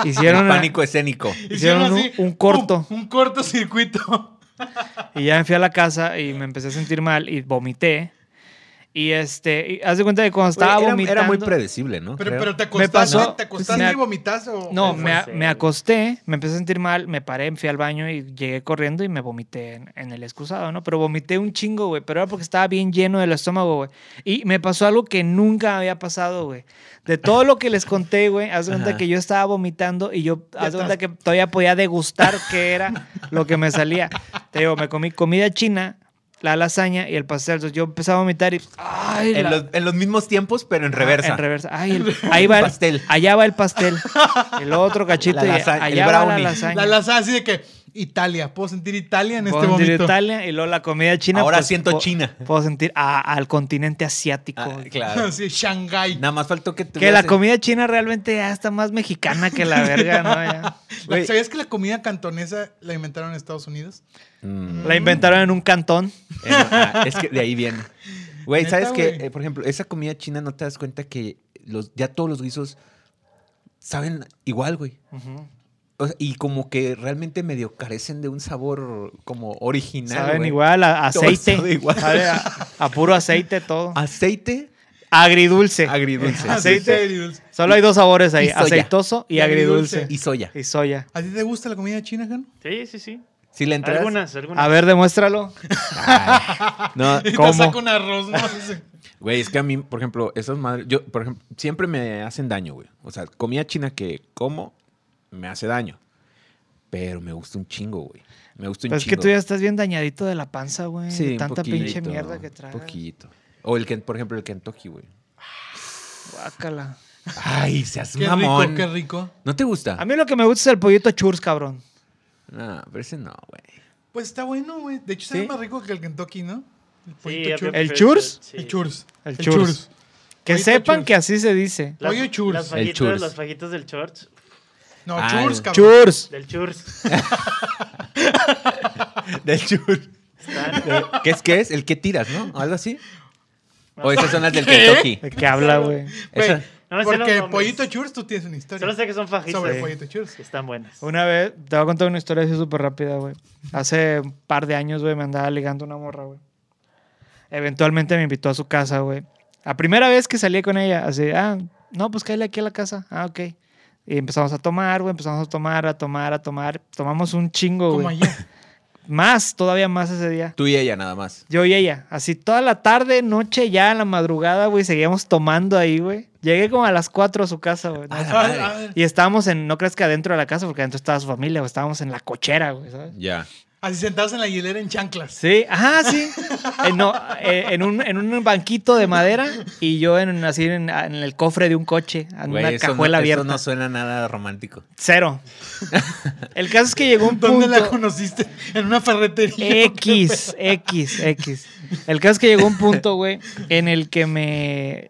Speaker 3: El
Speaker 7: hicieron.
Speaker 3: pánico escénico.
Speaker 7: Hicieron un-
Speaker 5: así,
Speaker 7: un corto.
Speaker 5: ¡pum! Un cortocircuito.
Speaker 7: Y ya me fui a la casa y me empecé a sentir mal y vomité. Y este, y haz de cuenta que cuando estaba
Speaker 3: Oye, era-
Speaker 7: vomitando.
Speaker 3: era, muy predecible, ¿no?
Speaker 5: Pero,
Speaker 3: Creo.
Speaker 5: pero te
Speaker 7: Me
Speaker 5: acostaste,
Speaker 7: pasó- pues,
Speaker 5: te acostaste
Speaker 7: me-
Speaker 5: y vomitaste. o-
Speaker 7: No,
Speaker 5: o-
Speaker 7: me, a-
Speaker 8: sí.
Speaker 7: me acosté, me empecé a sentir mal, me paré, me fui al baño y llegué corriendo y me vomité en, en el excusado, ¿no? Pero vomité un chingo, güey, pero era porque estaba bien lleno del estómago, güey. Y me pasó algo que nunca había pasado, güey. De todo lo que les conté, güey, haz de cuenta
Speaker 3: Ajá.
Speaker 7: que yo estaba vomitando y yo, haz de cuenta
Speaker 5: estás-
Speaker 7: que todavía podía degustar qué era lo que me salía. Te digo, me comí comida china, la lasaña y el pastel. Entonces yo empecé a vomitar y... ¡Ay!
Speaker 3: en,
Speaker 7: la-
Speaker 3: los, en los mismos tiempos, pero en reversa.
Speaker 7: en reversa. Ay, el- ahí va el
Speaker 3: pastel.
Speaker 7: Allá va el pastel. El otro cachito.
Speaker 3: La
Speaker 7: y
Speaker 3: lasa- el
Speaker 7: allá va la
Speaker 3: brownie.
Speaker 7: lasaña.
Speaker 5: La lasaña así de que Italia, puedo sentir Italia en
Speaker 7: Puedo
Speaker 5: este
Speaker 7: sentir
Speaker 5: momento.
Speaker 7: Italia y luego la comida china.
Speaker 3: Ahora siento
Speaker 7: puedo-
Speaker 3: China.
Speaker 7: Puedo sentir a- al continente asiático.
Speaker 3: Ah, claro.
Speaker 5: Así, Shanghái.
Speaker 3: Nada más faltó que
Speaker 7: Que la
Speaker 3: tuvieras-
Speaker 7: comida china realmente ya está más mexicana que la verga, ¿no? Ya.
Speaker 5: La-
Speaker 3: Güey.
Speaker 5: ¿Sabías que la comida cantonesa la inventaron en Estados Unidos?
Speaker 3: Mm.
Speaker 7: La inventaron en un cantón.
Speaker 3: Eh, no, ah, es que de ahí viene. Güey,
Speaker 5: Neta,
Speaker 3: ¿sabes qué?
Speaker 5: güey.
Speaker 3: Eh, por ejemplo, esa comida china no te das cuenta que los, ya todos los guisos saben igual, güey. O sea, y como que realmente medio carecen de un sabor como original.
Speaker 7: Saben
Speaker 3: güey.
Speaker 7: igual a, a
Speaker 3: Todo
Speaker 7: aceite.
Speaker 3: sabe igual. Ah.
Speaker 7: Sabe a, a puro aceite todo.
Speaker 3: Aceite
Speaker 7: Agridulce.
Speaker 3: agridulce.
Speaker 7: Aceite.
Speaker 5: agridulce.
Speaker 7: Solo hay dos sabores ahí.
Speaker 3: Y soya.
Speaker 7: Aceitoso y
Speaker 5: Y agridulce.
Speaker 7: agridulce.
Speaker 3: Y soya.
Speaker 7: Y soya.
Speaker 5: ¿A ti te gusta la comida china, Jano?
Speaker 8: Sí, sí, sí.
Speaker 3: Si le entras.
Speaker 8: Algunas, algunas.
Speaker 7: A ver,
Speaker 3: No,
Speaker 7: demuéstralo.
Speaker 5: Y
Speaker 7: Ah, ¿Cómo?
Speaker 5: te saca un arroz, ¿no? Dice,
Speaker 3: Güey, es que a mí, por ejemplo, esas madres, yo, por ejemplo, siempre me hacen daño, güey. O sea, comida china que como me hace daño. Pero me gusta un chingo, güey. Me gusta un
Speaker 7: Pues es
Speaker 3: chingo.
Speaker 7: que tú ya estás bien dañadito de la panza, güey.
Speaker 3: Sí,
Speaker 7: de
Speaker 3: un
Speaker 7: tanta pinche
Speaker 3: poquito,
Speaker 7: mierda que
Speaker 3: Un
Speaker 7: traes.
Speaker 3: poquito. O el que, por ejemplo, el Kentucky, güey.
Speaker 7: Guácala.
Speaker 3: Ay, seas
Speaker 5: Qué
Speaker 3: mamón.
Speaker 5: rico, qué rico.
Speaker 3: ¿No te gusta?
Speaker 7: A mí lo que me gusta es el pollito churs, cabrón.
Speaker 3: No, pero ese no, güey.
Speaker 5: Pues está bueno, güey. De hecho, sabe
Speaker 3: ¿Sí?
Speaker 5: más rico que el Kentucky, ¿no? El
Speaker 8: Sí,
Speaker 5: pollito
Speaker 8: yo
Speaker 5: chur.
Speaker 8: creo
Speaker 7: ¿El
Speaker 8: que-
Speaker 7: churs?
Speaker 8: sí.
Speaker 5: El churros.
Speaker 7: El churros. Que
Speaker 5: Pollito
Speaker 7: sepan
Speaker 5: churs.
Speaker 7: que así se dice.
Speaker 8: Las-
Speaker 5: Pollo churs.
Speaker 8: Las
Speaker 3: El
Speaker 8: fajitas,
Speaker 3: churs.
Speaker 8: las fajitas del church.
Speaker 5: No,
Speaker 3: Ah,
Speaker 5: churros,
Speaker 3: el-
Speaker 5: cabrón.
Speaker 7: Churs.
Speaker 8: Del churs.
Speaker 3: Del chur.
Speaker 8: Están-
Speaker 3: ¿Qué es qué es? ¿El que tiras, no? ¿Algo así? ¿O esas son las del Kentucky?
Speaker 7: ¿De qué habla, güey?
Speaker 5: Güey,
Speaker 3: Esa-
Speaker 8: No me sé los
Speaker 5: Porque
Speaker 8: nombres.
Speaker 5: Pollito Churros, tú tienes una historia
Speaker 8: Solo sé que son fajitas.
Speaker 5: sobre
Speaker 8: Sí.
Speaker 5: Pollito Churros.
Speaker 8: Que están buenas.
Speaker 7: Una vez, te voy a contar una historia así súper rápida, güey. Hace un par de años, güey, me andaba ligando una morra, güey. Eventualmente me invitó a su casa, güey. La primera vez que salí con ella, así, ah, no, pues cállate aquí a la casa. Ah, ok. Y empezamos a tomar, güey, empezamos a tomar, a tomar, a tomar. Tomamos un chingo,
Speaker 5: Como
Speaker 7: güey.
Speaker 5: allá.
Speaker 7: Más, todavía más ese día.
Speaker 3: Tú y ella nada más.
Speaker 7: Yo y ella, así toda la tarde, noche, ya en la madrugada, güey, seguíamos tomando ahí, güey. Llegué como a las 4 a su casa, güey. No
Speaker 3: A la
Speaker 5: Ah,
Speaker 3: madre.
Speaker 5: ah,
Speaker 7: y estábamos en, no crees que adentro de la casa, porque adentro estaba su familia, o estábamos en la cochera, güey, ¿sabes?
Speaker 3: Ya.
Speaker 5: Así sentados en la hilera en chanclas.
Speaker 7: Sí, ajá, sí. Eh, no, eh, en, un, en un banquito de madera y yo en, así en, en el cofre de un coche, en
Speaker 3: Güey,
Speaker 7: una
Speaker 3: eso no-
Speaker 7: cajuela abierta.
Speaker 3: Eso no suena nada romántico.
Speaker 7: Cero. El caso es que llegó un punto...
Speaker 5: ¿Dónde
Speaker 7: Eh,
Speaker 5: la conociste? En una ferretería.
Speaker 7: X, X, X. El caso es que llegó un punto, güey, en el que me...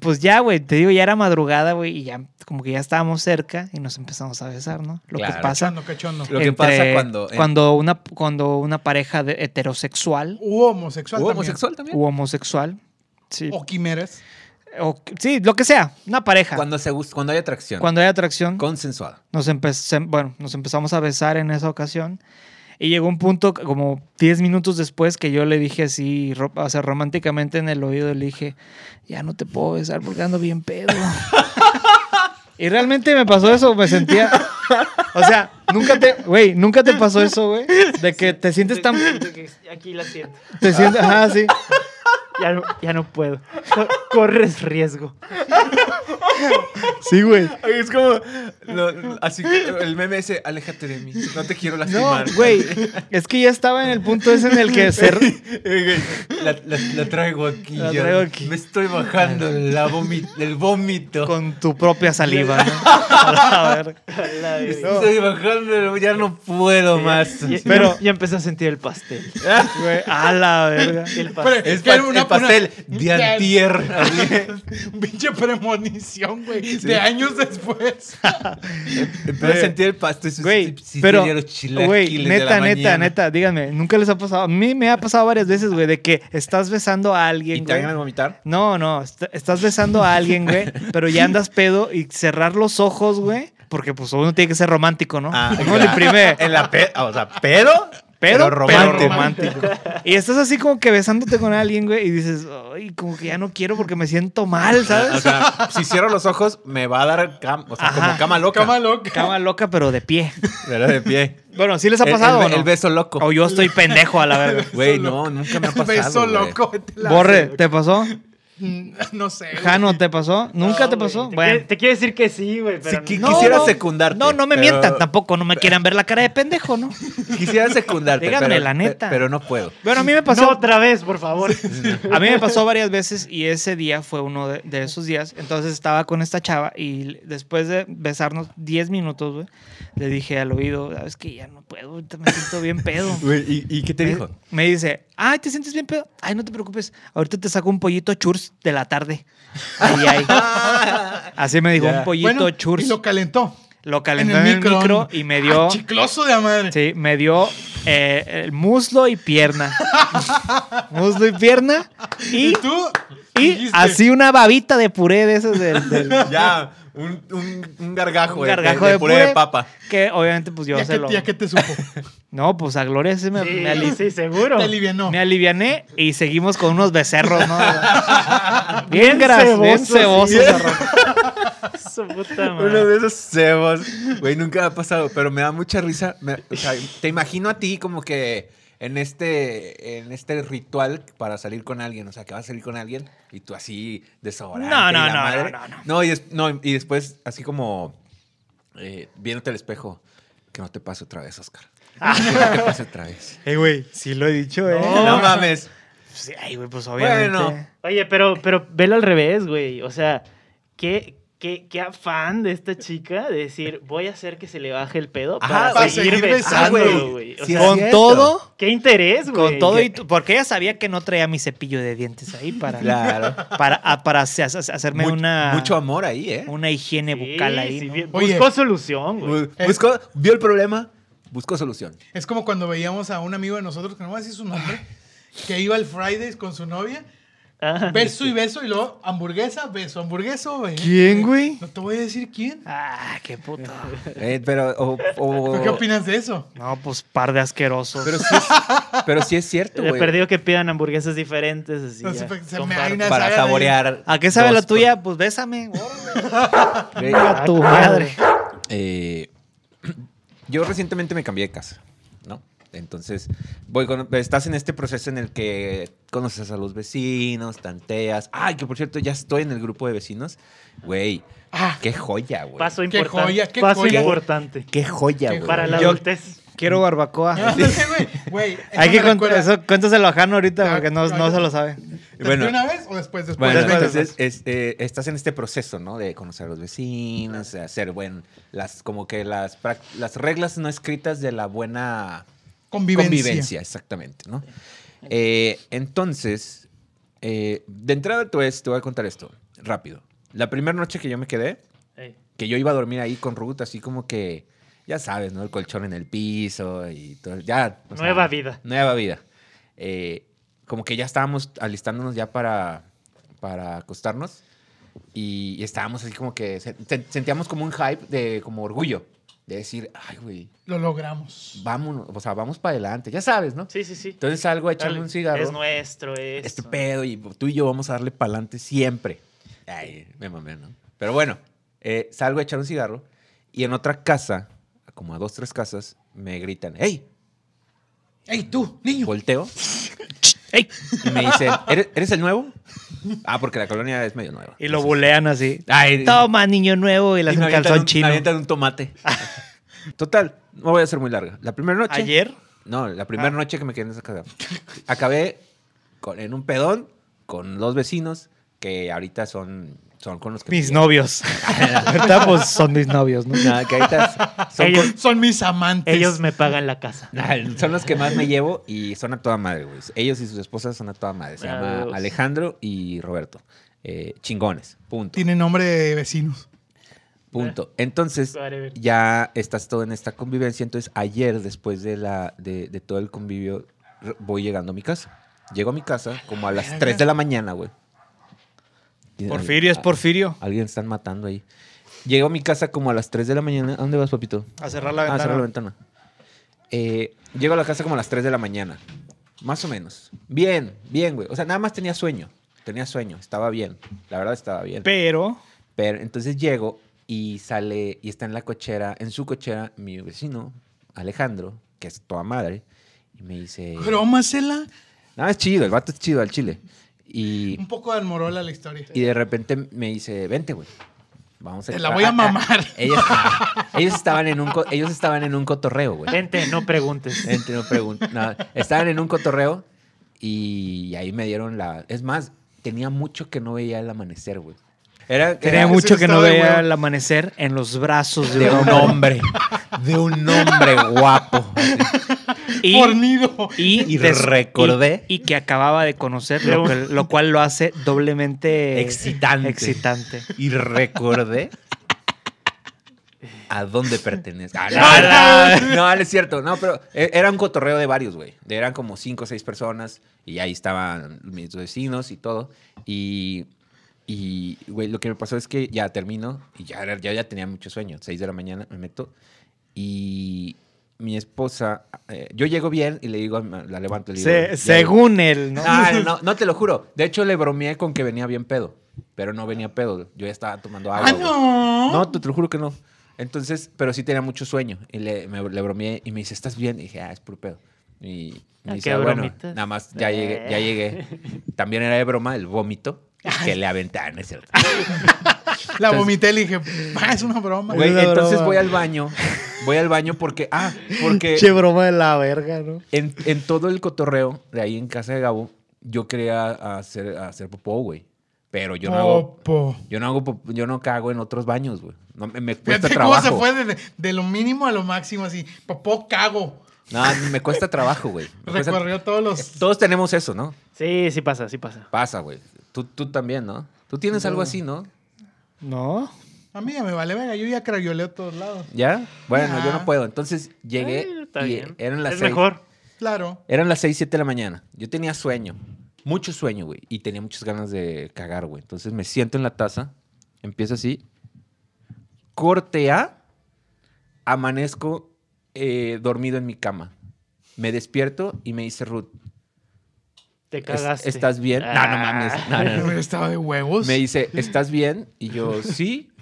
Speaker 7: Pues ya, güey, te digo, ya era madrugada, güey, y ya como que ya estábamos cerca y nos empezamos a besar, ¿no? Lo que
Speaker 3: Claro.
Speaker 7: pasa...
Speaker 5: Cachondo, cachondo.
Speaker 3: Lo que pasa cuando-
Speaker 7: cuando una cuando una pareja de- heterosexual
Speaker 5: U homosexual
Speaker 3: ¿Hubo
Speaker 5: también.
Speaker 3: homosexual también?
Speaker 7: u homosexual, sí,
Speaker 5: O quimeras.
Speaker 7: o- sí, lo que sea, una pareja, cuando,
Speaker 3: Cuando, se gusta, cuando hay atracción.
Speaker 7: hay atracción,
Speaker 3: Consensuada.
Speaker 7: nos empe- se- bueno, nos empezamos a besar en esa ocasión y llegó un punto c- como 10 minutos después que yo le dije así, ro- o sea, románticamente en el oído le dije, "Ya no te puedo besar porque ando bien pedo." y realmente me pasó eso, me sentía o sea, nunca te, güey, nunca te pasó eso, güey, de que te sientes tan
Speaker 8: Siento que Aquí la siento.
Speaker 7: te sientes, ajá, sí.
Speaker 8: Ya no, ya no puedo. Co- Corres riesgo.
Speaker 7: Sí, güey.
Speaker 3: Es como. así el meme ese, aléjate de mí. No te quiero
Speaker 7: No, güey. Es que ya estaba en el punto ese en el que se.
Speaker 3: Eh, La, la- la traigo aquí.
Speaker 7: La
Speaker 3: ya.
Speaker 7: traigo aquí.
Speaker 3: Me estoy bajando la vomi- del vómito.
Speaker 7: Con tu propia saliva, ¿no? A la verga.
Speaker 8: A la
Speaker 3: Me
Speaker 8: verga.
Speaker 3: Estoy bajando, ya no puedo más. Ah,
Speaker 8: Ya-
Speaker 7: Pero-
Speaker 8: ya, ya empecé a sentir el pastel.
Speaker 7: Güey, A la verga.
Speaker 8: El pastel.
Speaker 5: Pero
Speaker 3: Es
Speaker 5: que
Speaker 3: pa-
Speaker 5: era una-
Speaker 3: el pastel de
Speaker 5: Ya-
Speaker 3: antier.
Speaker 5: una pinche premonición, güey. De años después.
Speaker 3: Empecé a sentir el pasto. eso
Speaker 7: Güey,
Speaker 3: sí- sí
Speaker 7: pero,
Speaker 3: tenía los chilaquiles
Speaker 7: güey,
Speaker 3: de la
Speaker 7: neta, neta,
Speaker 3: mañana.
Speaker 7: neta, díganme, nunca les ha pasado. A mí me ha pasado varias veces, güey, de que estás besando a alguien,
Speaker 3: ¿Y te
Speaker 7: güey.
Speaker 3: van a vomitar?
Speaker 7: No, no, est- estás besando a alguien, güey, pero ya andas pedo y cerrar los ojos, güey, porque pues uno tiene que ser romántico, ¿no?
Speaker 3: Ah,
Speaker 7: uno le
Speaker 3: claro.
Speaker 7: imprime.
Speaker 3: En la pe- o sea, pedo,
Speaker 7: Pero,
Speaker 3: romántico.
Speaker 7: pero romántico. Y estás así como que besándote con alguien, güey, y dices, ay, como que ya no quiero porque me siento mal,
Speaker 3: O
Speaker 7: ¿sabes?
Speaker 3: sea, si cierro los ojos, me va a dar cam- o sea, como
Speaker 7: Ajá.
Speaker 3: cama loca.
Speaker 5: Cama loca.
Speaker 7: Cama loca, pero de pie.
Speaker 3: Pero de pie.
Speaker 7: Bueno, ¿sí les ha
Speaker 3: El-
Speaker 7: pasado
Speaker 3: el,
Speaker 7: o no?
Speaker 3: el beso loco.
Speaker 7: O yo estoy pendejo a la verga.
Speaker 3: Güey, no, nunca me ha pasado.
Speaker 5: Beso
Speaker 3: güey.
Speaker 5: loco. vete la-
Speaker 7: Borre, ¿te pasó?
Speaker 5: Mm, No sé. güey.
Speaker 7: Jano, ¿te pasó? ¿Nunca
Speaker 8: No,
Speaker 7: te
Speaker 8: güey,
Speaker 7: pasó?
Speaker 8: Te,
Speaker 7: bueno.
Speaker 8: quiere, te quiere decir que sí, güey, pero
Speaker 3: Sí, qui-
Speaker 8: no.
Speaker 3: quisiera secundarte.
Speaker 7: No, no me
Speaker 3: pero-
Speaker 7: mientan tampoco, no me quieran ver la cara de pendejo, ¿no?
Speaker 3: Quisiera secundarte.
Speaker 7: Díganme
Speaker 3: pero,
Speaker 7: la neta.
Speaker 3: pe- Pero no puedo.
Speaker 7: Bueno, a mí me
Speaker 8: No,
Speaker 7: pasó.
Speaker 8: otra vez, por favor.
Speaker 7: A mí me pasó varias veces y ese día fue uno de, de esos días. Entonces estaba con esta chava y l- después de besarnos 10 minutos, güey, le dije al oído, sabes que ya no puedo, ahorita me siento bien pedo.
Speaker 3: Güey, ¿y, y qué te
Speaker 7: Me-
Speaker 3: dijo?
Speaker 7: Me dice, ay, ¿te sientes bien pedo? Ay, no te preocupes, ahorita te saco un pollito churs de la tarde. Ay, ay. Así me dijo,
Speaker 3: Ya.
Speaker 7: un pollito
Speaker 5: Bueno,
Speaker 7: churs.
Speaker 5: y
Speaker 7: Lo,
Speaker 5: lo calentó.
Speaker 7: calentó en el, micro,
Speaker 5: microondas.
Speaker 7: y me dio...
Speaker 5: Ah, chicloso de la madre.
Speaker 7: Sí, me dio eh, el muslo y pierna. muslo y pierna. Y,
Speaker 5: ¿Y tú?
Speaker 7: y
Speaker 5: dijiste,
Speaker 7: así una babita de puré de esos del, del-
Speaker 3: Ya, un, un, un gargajo,
Speaker 7: un
Speaker 3: de-
Speaker 7: gargajo
Speaker 3: de,
Speaker 7: de,
Speaker 3: de puré de papa.
Speaker 7: Que obviamente pues yo
Speaker 5: Ya
Speaker 7: se
Speaker 5: que,
Speaker 7: lo...
Speaker 5: ya que te supo.
Speaker 7: No, pues a Gloria sí me,
Speaker 8: Sí,
Speaker 7: me, ali-
Speaker 8: sí, seguro.
Speaker 5: Te alivianó.
Speaker 7: me aliviané y seguimos con unos becerros, ¿no? bien
Speaker 8: Bien
Speaker 7: grasos, bien
Speaker 8: cebosos,
Speaker 7: cebosos.
Speaker 8: sí.
Speaker 7: arroz.
Speaker 8: Su puta madre.
Speaker 3: Uno de esos cebos. Güey, nunca me ha pasado, pero me da mucha risa. Me- o sea, te imagino a ti como que en este, en este ritual para salir con alguien. O sea, que vas a salir con alguien y tú así desahogado.
Speaker 7: No, no,
Speaker 3: la
Speaker 7: no,
Speaker 3: madre.
Speaker 7: no, no, no.
Speaker 3: y des- no, y después así como eh, viéndote al espejo. Que no te pase otra vez, Oscar.
Speaker 7: Ah.
Speaker 3: Que no te pase otra vez.
Speaker 7: Eh, güey, sí lo he dicho, eh.
Speaker 3: No mames.
Speaker 7: Sí, ay, güey, pues obviamente.
Speaker 3: Bueno.
Speaker 8: Oye, pero, pero velo al revés, güey. O sea, qué, qué, qué afán de esta chica de decir, voy a hacer que se le baje el pedo
Speaker 3: Ajá,
Speaker 8: para,
Speaker 3: para
Speaker 8: seguir,
Speaker 5: seguir
Speaker 8: besando,
Speaker 3: besando.
Speaker 8: güey. O
Speaker 3: Sí,
Speaker 8: sea,
Speaker 3: es
Speaker 7: Con
Speaker 3: cierto.
Speaker 7: todo...
Speaker 8: qué interés, güey.
Speaker 7: Con todo
Speaker 8: Qué-
Speaker 7: y tu- porque ella sabía que no traía mi cepillo de dientes ahí para
Speaker 3: Claro.
Speaker 7: para, ah, para hace- hace- hacerme
Speaker 3: Mucho-
Speaker 7: una
Speaker 3: Mucho amor ahí, ¿eh?
Speaker 7: una higiene
Speaker 8: Sí,
Speaker 7: bucal ahí.
Speaker 8: sí,
Speaker 7: ¿no?
Speaker 8: bien-
Speaker 5: Oye.
Speaker 8: Buscó solución, güey.
Speaker 3: Bu-
Speaker 7: Eh.
Speaker 3: Buscó, vio el problema, buscó solución.
Speaker 5: Es como cuando veíamos a un amigo de nosotros, que no voy a decir su nombre, que iba al Fridays con su novia
Speaker 8: Ah,
Speaker 5: Beso y beso y luego hamburguesa, beso, hamburguesa, güey.
Speaker 7: ¿Quién, güey?
Speaker 5: No te voy a decir quién.
Speaker 6: Ah, qué puto.
Speaker 3: Eh, pero, o- o-
Speaker 5: ¿Tú qué opinas de eso?
Speaker 6: No, pues par de asquerosos.
Speaker 3: Pero sí es, pero sí es cierto,
Speaker 8: He
Speaker 3: güey.
Speaker 8: perdido que pidan hamburguesas diferentes. Así
Speaker 5: este No
Speaker 8: ya,
Speaker 5: sé, se me
Speaker 8: comparto.
Speaker 5: hay una-
Speaker 3: Para
Speaker 5: saga de-
Speaker 3: saborear.
Speaker 7: ¿A qué sabe
Speaker 3: dos
Speaker 7: la tuya? Pues bésame.
Speaker 3: por- güey.
Speaker 7: A tu madre.
Speaker 3: Eh, yo recientemente me cambié de casa, ¿no? Entonces, voy con- estás en este proceso en el que conoces a los vecinos, tanteas. Ay, que por cierto, ya estoy en el grupo de vecinos. Güey,
Speaker 5: Ah,
Speaker 3: qué joya, güey.
Speaker 8: Paso
Speaker 5: Qué
Speaker 8: importante.
Speaker 5: joya, qué
Speaker 8: paso
Speaker 5: joya.
Speaker 8: importante.
Speaker 3: Qué joya,
Speaker 5: Qué
Speaker 3: güey.
Speaker 8: Para la
Speaker 7: Yo-
Speaker 8: adultez.
Speaker 7: Quiero
Speaker 3: Ah,
Speaker 7: barbacoa.
Speaker 5: ándale, güey. Güey, eso
Speaker 7: Hay que
Speaker 5: me
Speaker 7: contar
Speaker 5: recuerda-
Speaker 7: eso. Cuéntaselo a Jano ahorita
Speaker 5: Ya,
Speaker 7: porque no,
Speaker 5: ya,
Speaker 7: no
Speaker 5: ya.
Speaker 7: se lo sabe.
Speaker 5: ¿Desde
Speaker 3: Bueno.
Speaker 5: una vez o después? Después.
Speaker 3: Bueno,
Speaker 5: después,
Speaker 3: entonces este, estás en este proceso, ¿no? De conocer a los vecinos, de hacer, bueno, las, como que las, prac- las reglas no escritas de la buena
Speaker 5: Convivencia.
Speaker 3: exactamente, ¿no? Eh, entonces, eh, de entrada te voy, a- te voy a contar esto, rápido. La primera noche que yo me quedé,
Speaker 8: Ey.
Speaker 3: que yo iba a dormir ahí con Ruth, así como que, ya sabes, ¿no? El colchón en el piso y todo, ya. o
Speaker 8: Nueva vida.
Speaker 3: Nueva vida. Eh, como que ya estábamos alistándonos ya para, para acostarnos y, y estábamos así como que se- se- sentíamos como un hype de como orgullo. De decir, ay, güey,
Speaker 5: Lo logramos.
Speaker 3: vámonos, o sea, vamos para adelante, ya sabes, ¿no?
Speaker 8: Sí, sí, sí.
Speaker 3: Entonces salgo a echarme
Speaker 8: Dale,
Speaker 3: un cigarro.
Speaker 8: Es nuestro, es.
Speaker 3: este pedo y tú y yo vamos a darle para adelante siempre. Ay, me mamé, ¿no? Pero bueno, eh, salgo a echar un cigarro y en otra casa, como a dos, tres casas, me gritan, ¡Hey!
Speaker 5: Ey, tú, niño.
Speaker 3: Volteo. ¡Hey! Y me dicen, ¿Eres, eres el nuevo? Ah, porque la colonia es medio nueva.
Speaker 7: Y lo bulean así.
Speaker 3: Ay,
Speaker 7: Toma, niño nuevo. Y le
Speaker 3: y
Speaker 7: hacen
Speaker 3: me avientan
Speaker 7: calzón
Speaker 3: un-
Speaker 7: chino.
Speaker 3: Me avientan un tomate. Total, no voy a ser muy larga. La primera noche.
Speaker 7: ¿Ayer?
Speaker 3: No, la
Speaker 7: Ah.
Speaker 3: primera noche que me quedé en esa casa. Acabé con- en un pedón con dos vecinos que ahorita son, son con los que...
Speaker 7: Mis novios. Ahorita pues son mis novios, ¿no?
Speaker 3: Nada, que ahorita son,
Speaker 8: Ellos-
Speaker 5: Son mis amantes.
Speaker 8: Ellos me pagan la casa.
Speaker 3: con- son los que más me llevo y son a toda madre, güey. Ellos y sus esposas son a toda madre. Se
Speaker 8: Ah,
Speaker 3: llama
Speaker 8: huevos.
Speaker 3: Alejandro y Roberto. Eh, chingones, punto.
Speaker 5: Tienen nombre de vecinos.
Speaker 3: Punto. Entonces,
Speaker 8: Whatever.
Speaker 3: ya estás todo en esta convivencia. Entonces, ayer, después de, la, de, de todo el convivio, r- voy llegando a mi casa. Llego a mi casa como a las 3 de la mañana, güey. Y-
Speaker 7: Porfirio es
Speaker 3: a-
Speaker 7: Porfirio.
Speaker 3: Alguien están matando ahí. Llego a mi casa como a las 3 de la mañana. ¿A dónde vas, papito?
Speaker 7: A cerrar la
Speaker 3: Ah,
Speaker 7: ventana.
Speaker 3: cerrar la ventana. Eh, llego a la casa como a las 3 de la mañana. Más o menos. Bien, bien, güey. O sea, nada más tenía sueño. Tenía sueño. Estaba bien. La verdad estaba bien.
Speaker 7: Pero
Speaker 3: Pero entonces llego y sale y está en la cochera, en su cochera, mi vecino, Alejandro, que es toda madre, y me dice.
Speaker 5: Crómasela.
Speaker 3: No, es chido, el vato es chido al chile. Y,
Speaker 5: Un poco de almorola la historia.
Speaker 3: y de repente me dice, vente, güey. Vamos a
Speaker 5: Te la voy a
Speaker 3: Ah, ah,
Speaker 5: mamar.
Speaker 3: Ellos, ellos estaban en un co- ellos estaban en un cotorreo, güey.
Speaker 8: Gente, no preguntes.
Speaker 3: Entre no pregun- no, estaban en un cotorreo y ahí me dieron la. Es más, tenía mucho que no veía el amanecer, güey. Era,
Speaker 7: tenía
Speaker 3: era-
Speaker 7: mucho que no
Speaker 5: estado de
Speaker 7: veía
Speaker 5: huevo.
Speaker 7: el amanecer en los brazos de
Speaker 3: de
Speaker 7: un
Speaker 3: un
Speaker 7: hombre.
Speaker 3: hombre. De un hombre guapo.
Speaker 7: Y,
Speaker 5: Fornido.
Speaker 7: y
Speaker 3: Y
Speaker 7: des-
Speaker 3: recordé.
Speaker 7: Y, y que acababa de conocer, lo,
Speaker 8: un-
Speaker 7: que- lo cual lo hace doblemente
Speaker 3: Excitante.
Speaker 7: excitante.
Speaker 3: Y recordé a dónde pertenezco. Ah, no, no, no, no es cierto. No, pero e- era un cotorreo de varios, güey. De- Eran como cinco o seis personas y ahí estaban mis vecinos y todo. Y, y, güey, lo que me pasó es que ya termino y ya, era- ya, ya tenía mucho sueño. Seis de la mañana me meto y mi esposa... eh, yo llego bien y le digo, a mi ma- la levanto. Le digo,
Speaker 7: Se-
Speaker 3: "Ya-
Speaker 7: según él, ¿no?
Speaker 3: Ah, No, no, no te lo juro. De hecho, le bromeé con que venía bien pedo. Pero no venía pedo. Yo ya estaba tomando agua.
Speaker 5: Ah,
Speaker 3: güey.
Speaker 5: no.
Speaker 3: No, te, te lo juro que no. Entonces, pero sí tenía mucho sueño. Y le, me- le bromeé y me dice, ¿estás bien? Y dije, ah, es puro pedo. Y me
Speaker 8: Ah,
Speaker 3: dice,
Speaker 8: qué
Speaker 3: "Ah, bueno,
Speaker 8: bromitas. Eh.
Speaker 3: nada más, ya llegué, ya llegué. También era de broma el vómito que le aventaban, es cierto.
Speaker 5: La vomité y le dije, "Ah, es una broma.
Speaker 3: Güey,
Speaker 7: una
Speaker 3: entonces
Speaker 7: broma.
Speaker 3: voy al baño. Voy al baño porque, ah, porque...
Speaker 7: Che broma de la verga, ¿no?
Speaker 3: En, en todo el cotorreo de ahí en casa de Gabo, yo quería hacer, hacer popó, güey. Pero yo no hago.
Speaker 5: Popo.
Speaker 3: Yo no hago pop- yo no cago en otros baños, güey. No, me, me cuesta
Speaker 5: Fíjate cómo se
Speaker 3: trabajo.
Speaker 5: fue de, de lo mínimo a lo máximo, así. Popó cago.
Speaker 3: No, me cuesta trabajo, güey. Me cuesta-
Speaker 5: Recorrió todos los.
Speaker 3: Todos tenemos eso, ¿no?
Speaker 8: Sí, sí pasa, sí pasa.
Speaker 3: Pasa, güey. Tú, tú también, ¿no? Tú tienes algo así, ¿no?
Speaker 7: No.
Speaker 5: A mí ya me vale verga, yo ya crayoleo a todos lados.
Speaker 3: ¿Ya? Bueno, yo
Speaker 5: Ya.
Speaker 3: no puedo. Entonces llegué
Speaker 8: Eh, está
Speaker 3: y
Speaker 8: bien.
Speaker 3: eran las
Speaker 8: es
Speaker 3: seis.
Speaker 8: mejor.
Speaker 5: Claro.
Speaker 3: Eran las 6, 7 de la mañana. Yo tenía sueño. mucho sueño, güey. Y tenía muchas ganas de cagar, güey. Entonces me siento en la taza, empiezo así, corte A, amanezco eh, dormido en mi cama. Me despierto y me dice Ruth,
Speaker 8: Te
Speaker 3: "Es-
Speaker 8: cagaste. Ah,
Speaker 3: ¿estás bien? No, no mames. No, no, no.
Speaker 5: Estaba de huevos.
Speaker 3: Me dice, ¿estás bien? Y yo, sí.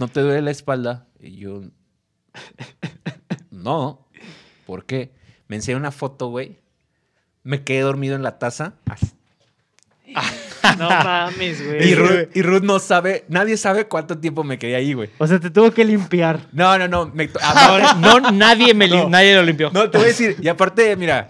Speaker 3: ¿No te duele la espalda? Y yo, no. ¿Por qué? Me enseñó una foto, güey. Me quedé dormido en la taza.
Speaker 8: No mames, güey.
Speaker 3: Y Ruth, y Ruth no sabe, nadie sabe cuánto tiempo me quedé ahí, güey.
Speaker 8: O sea, te tuvo que limpiar.
Speaker 3: No, no, no. me to- aparte-
Speaker 7: No, nadie, me li- nadie lo limpió.
Speaker 3: no, te voy a decir. Y aparte, mira,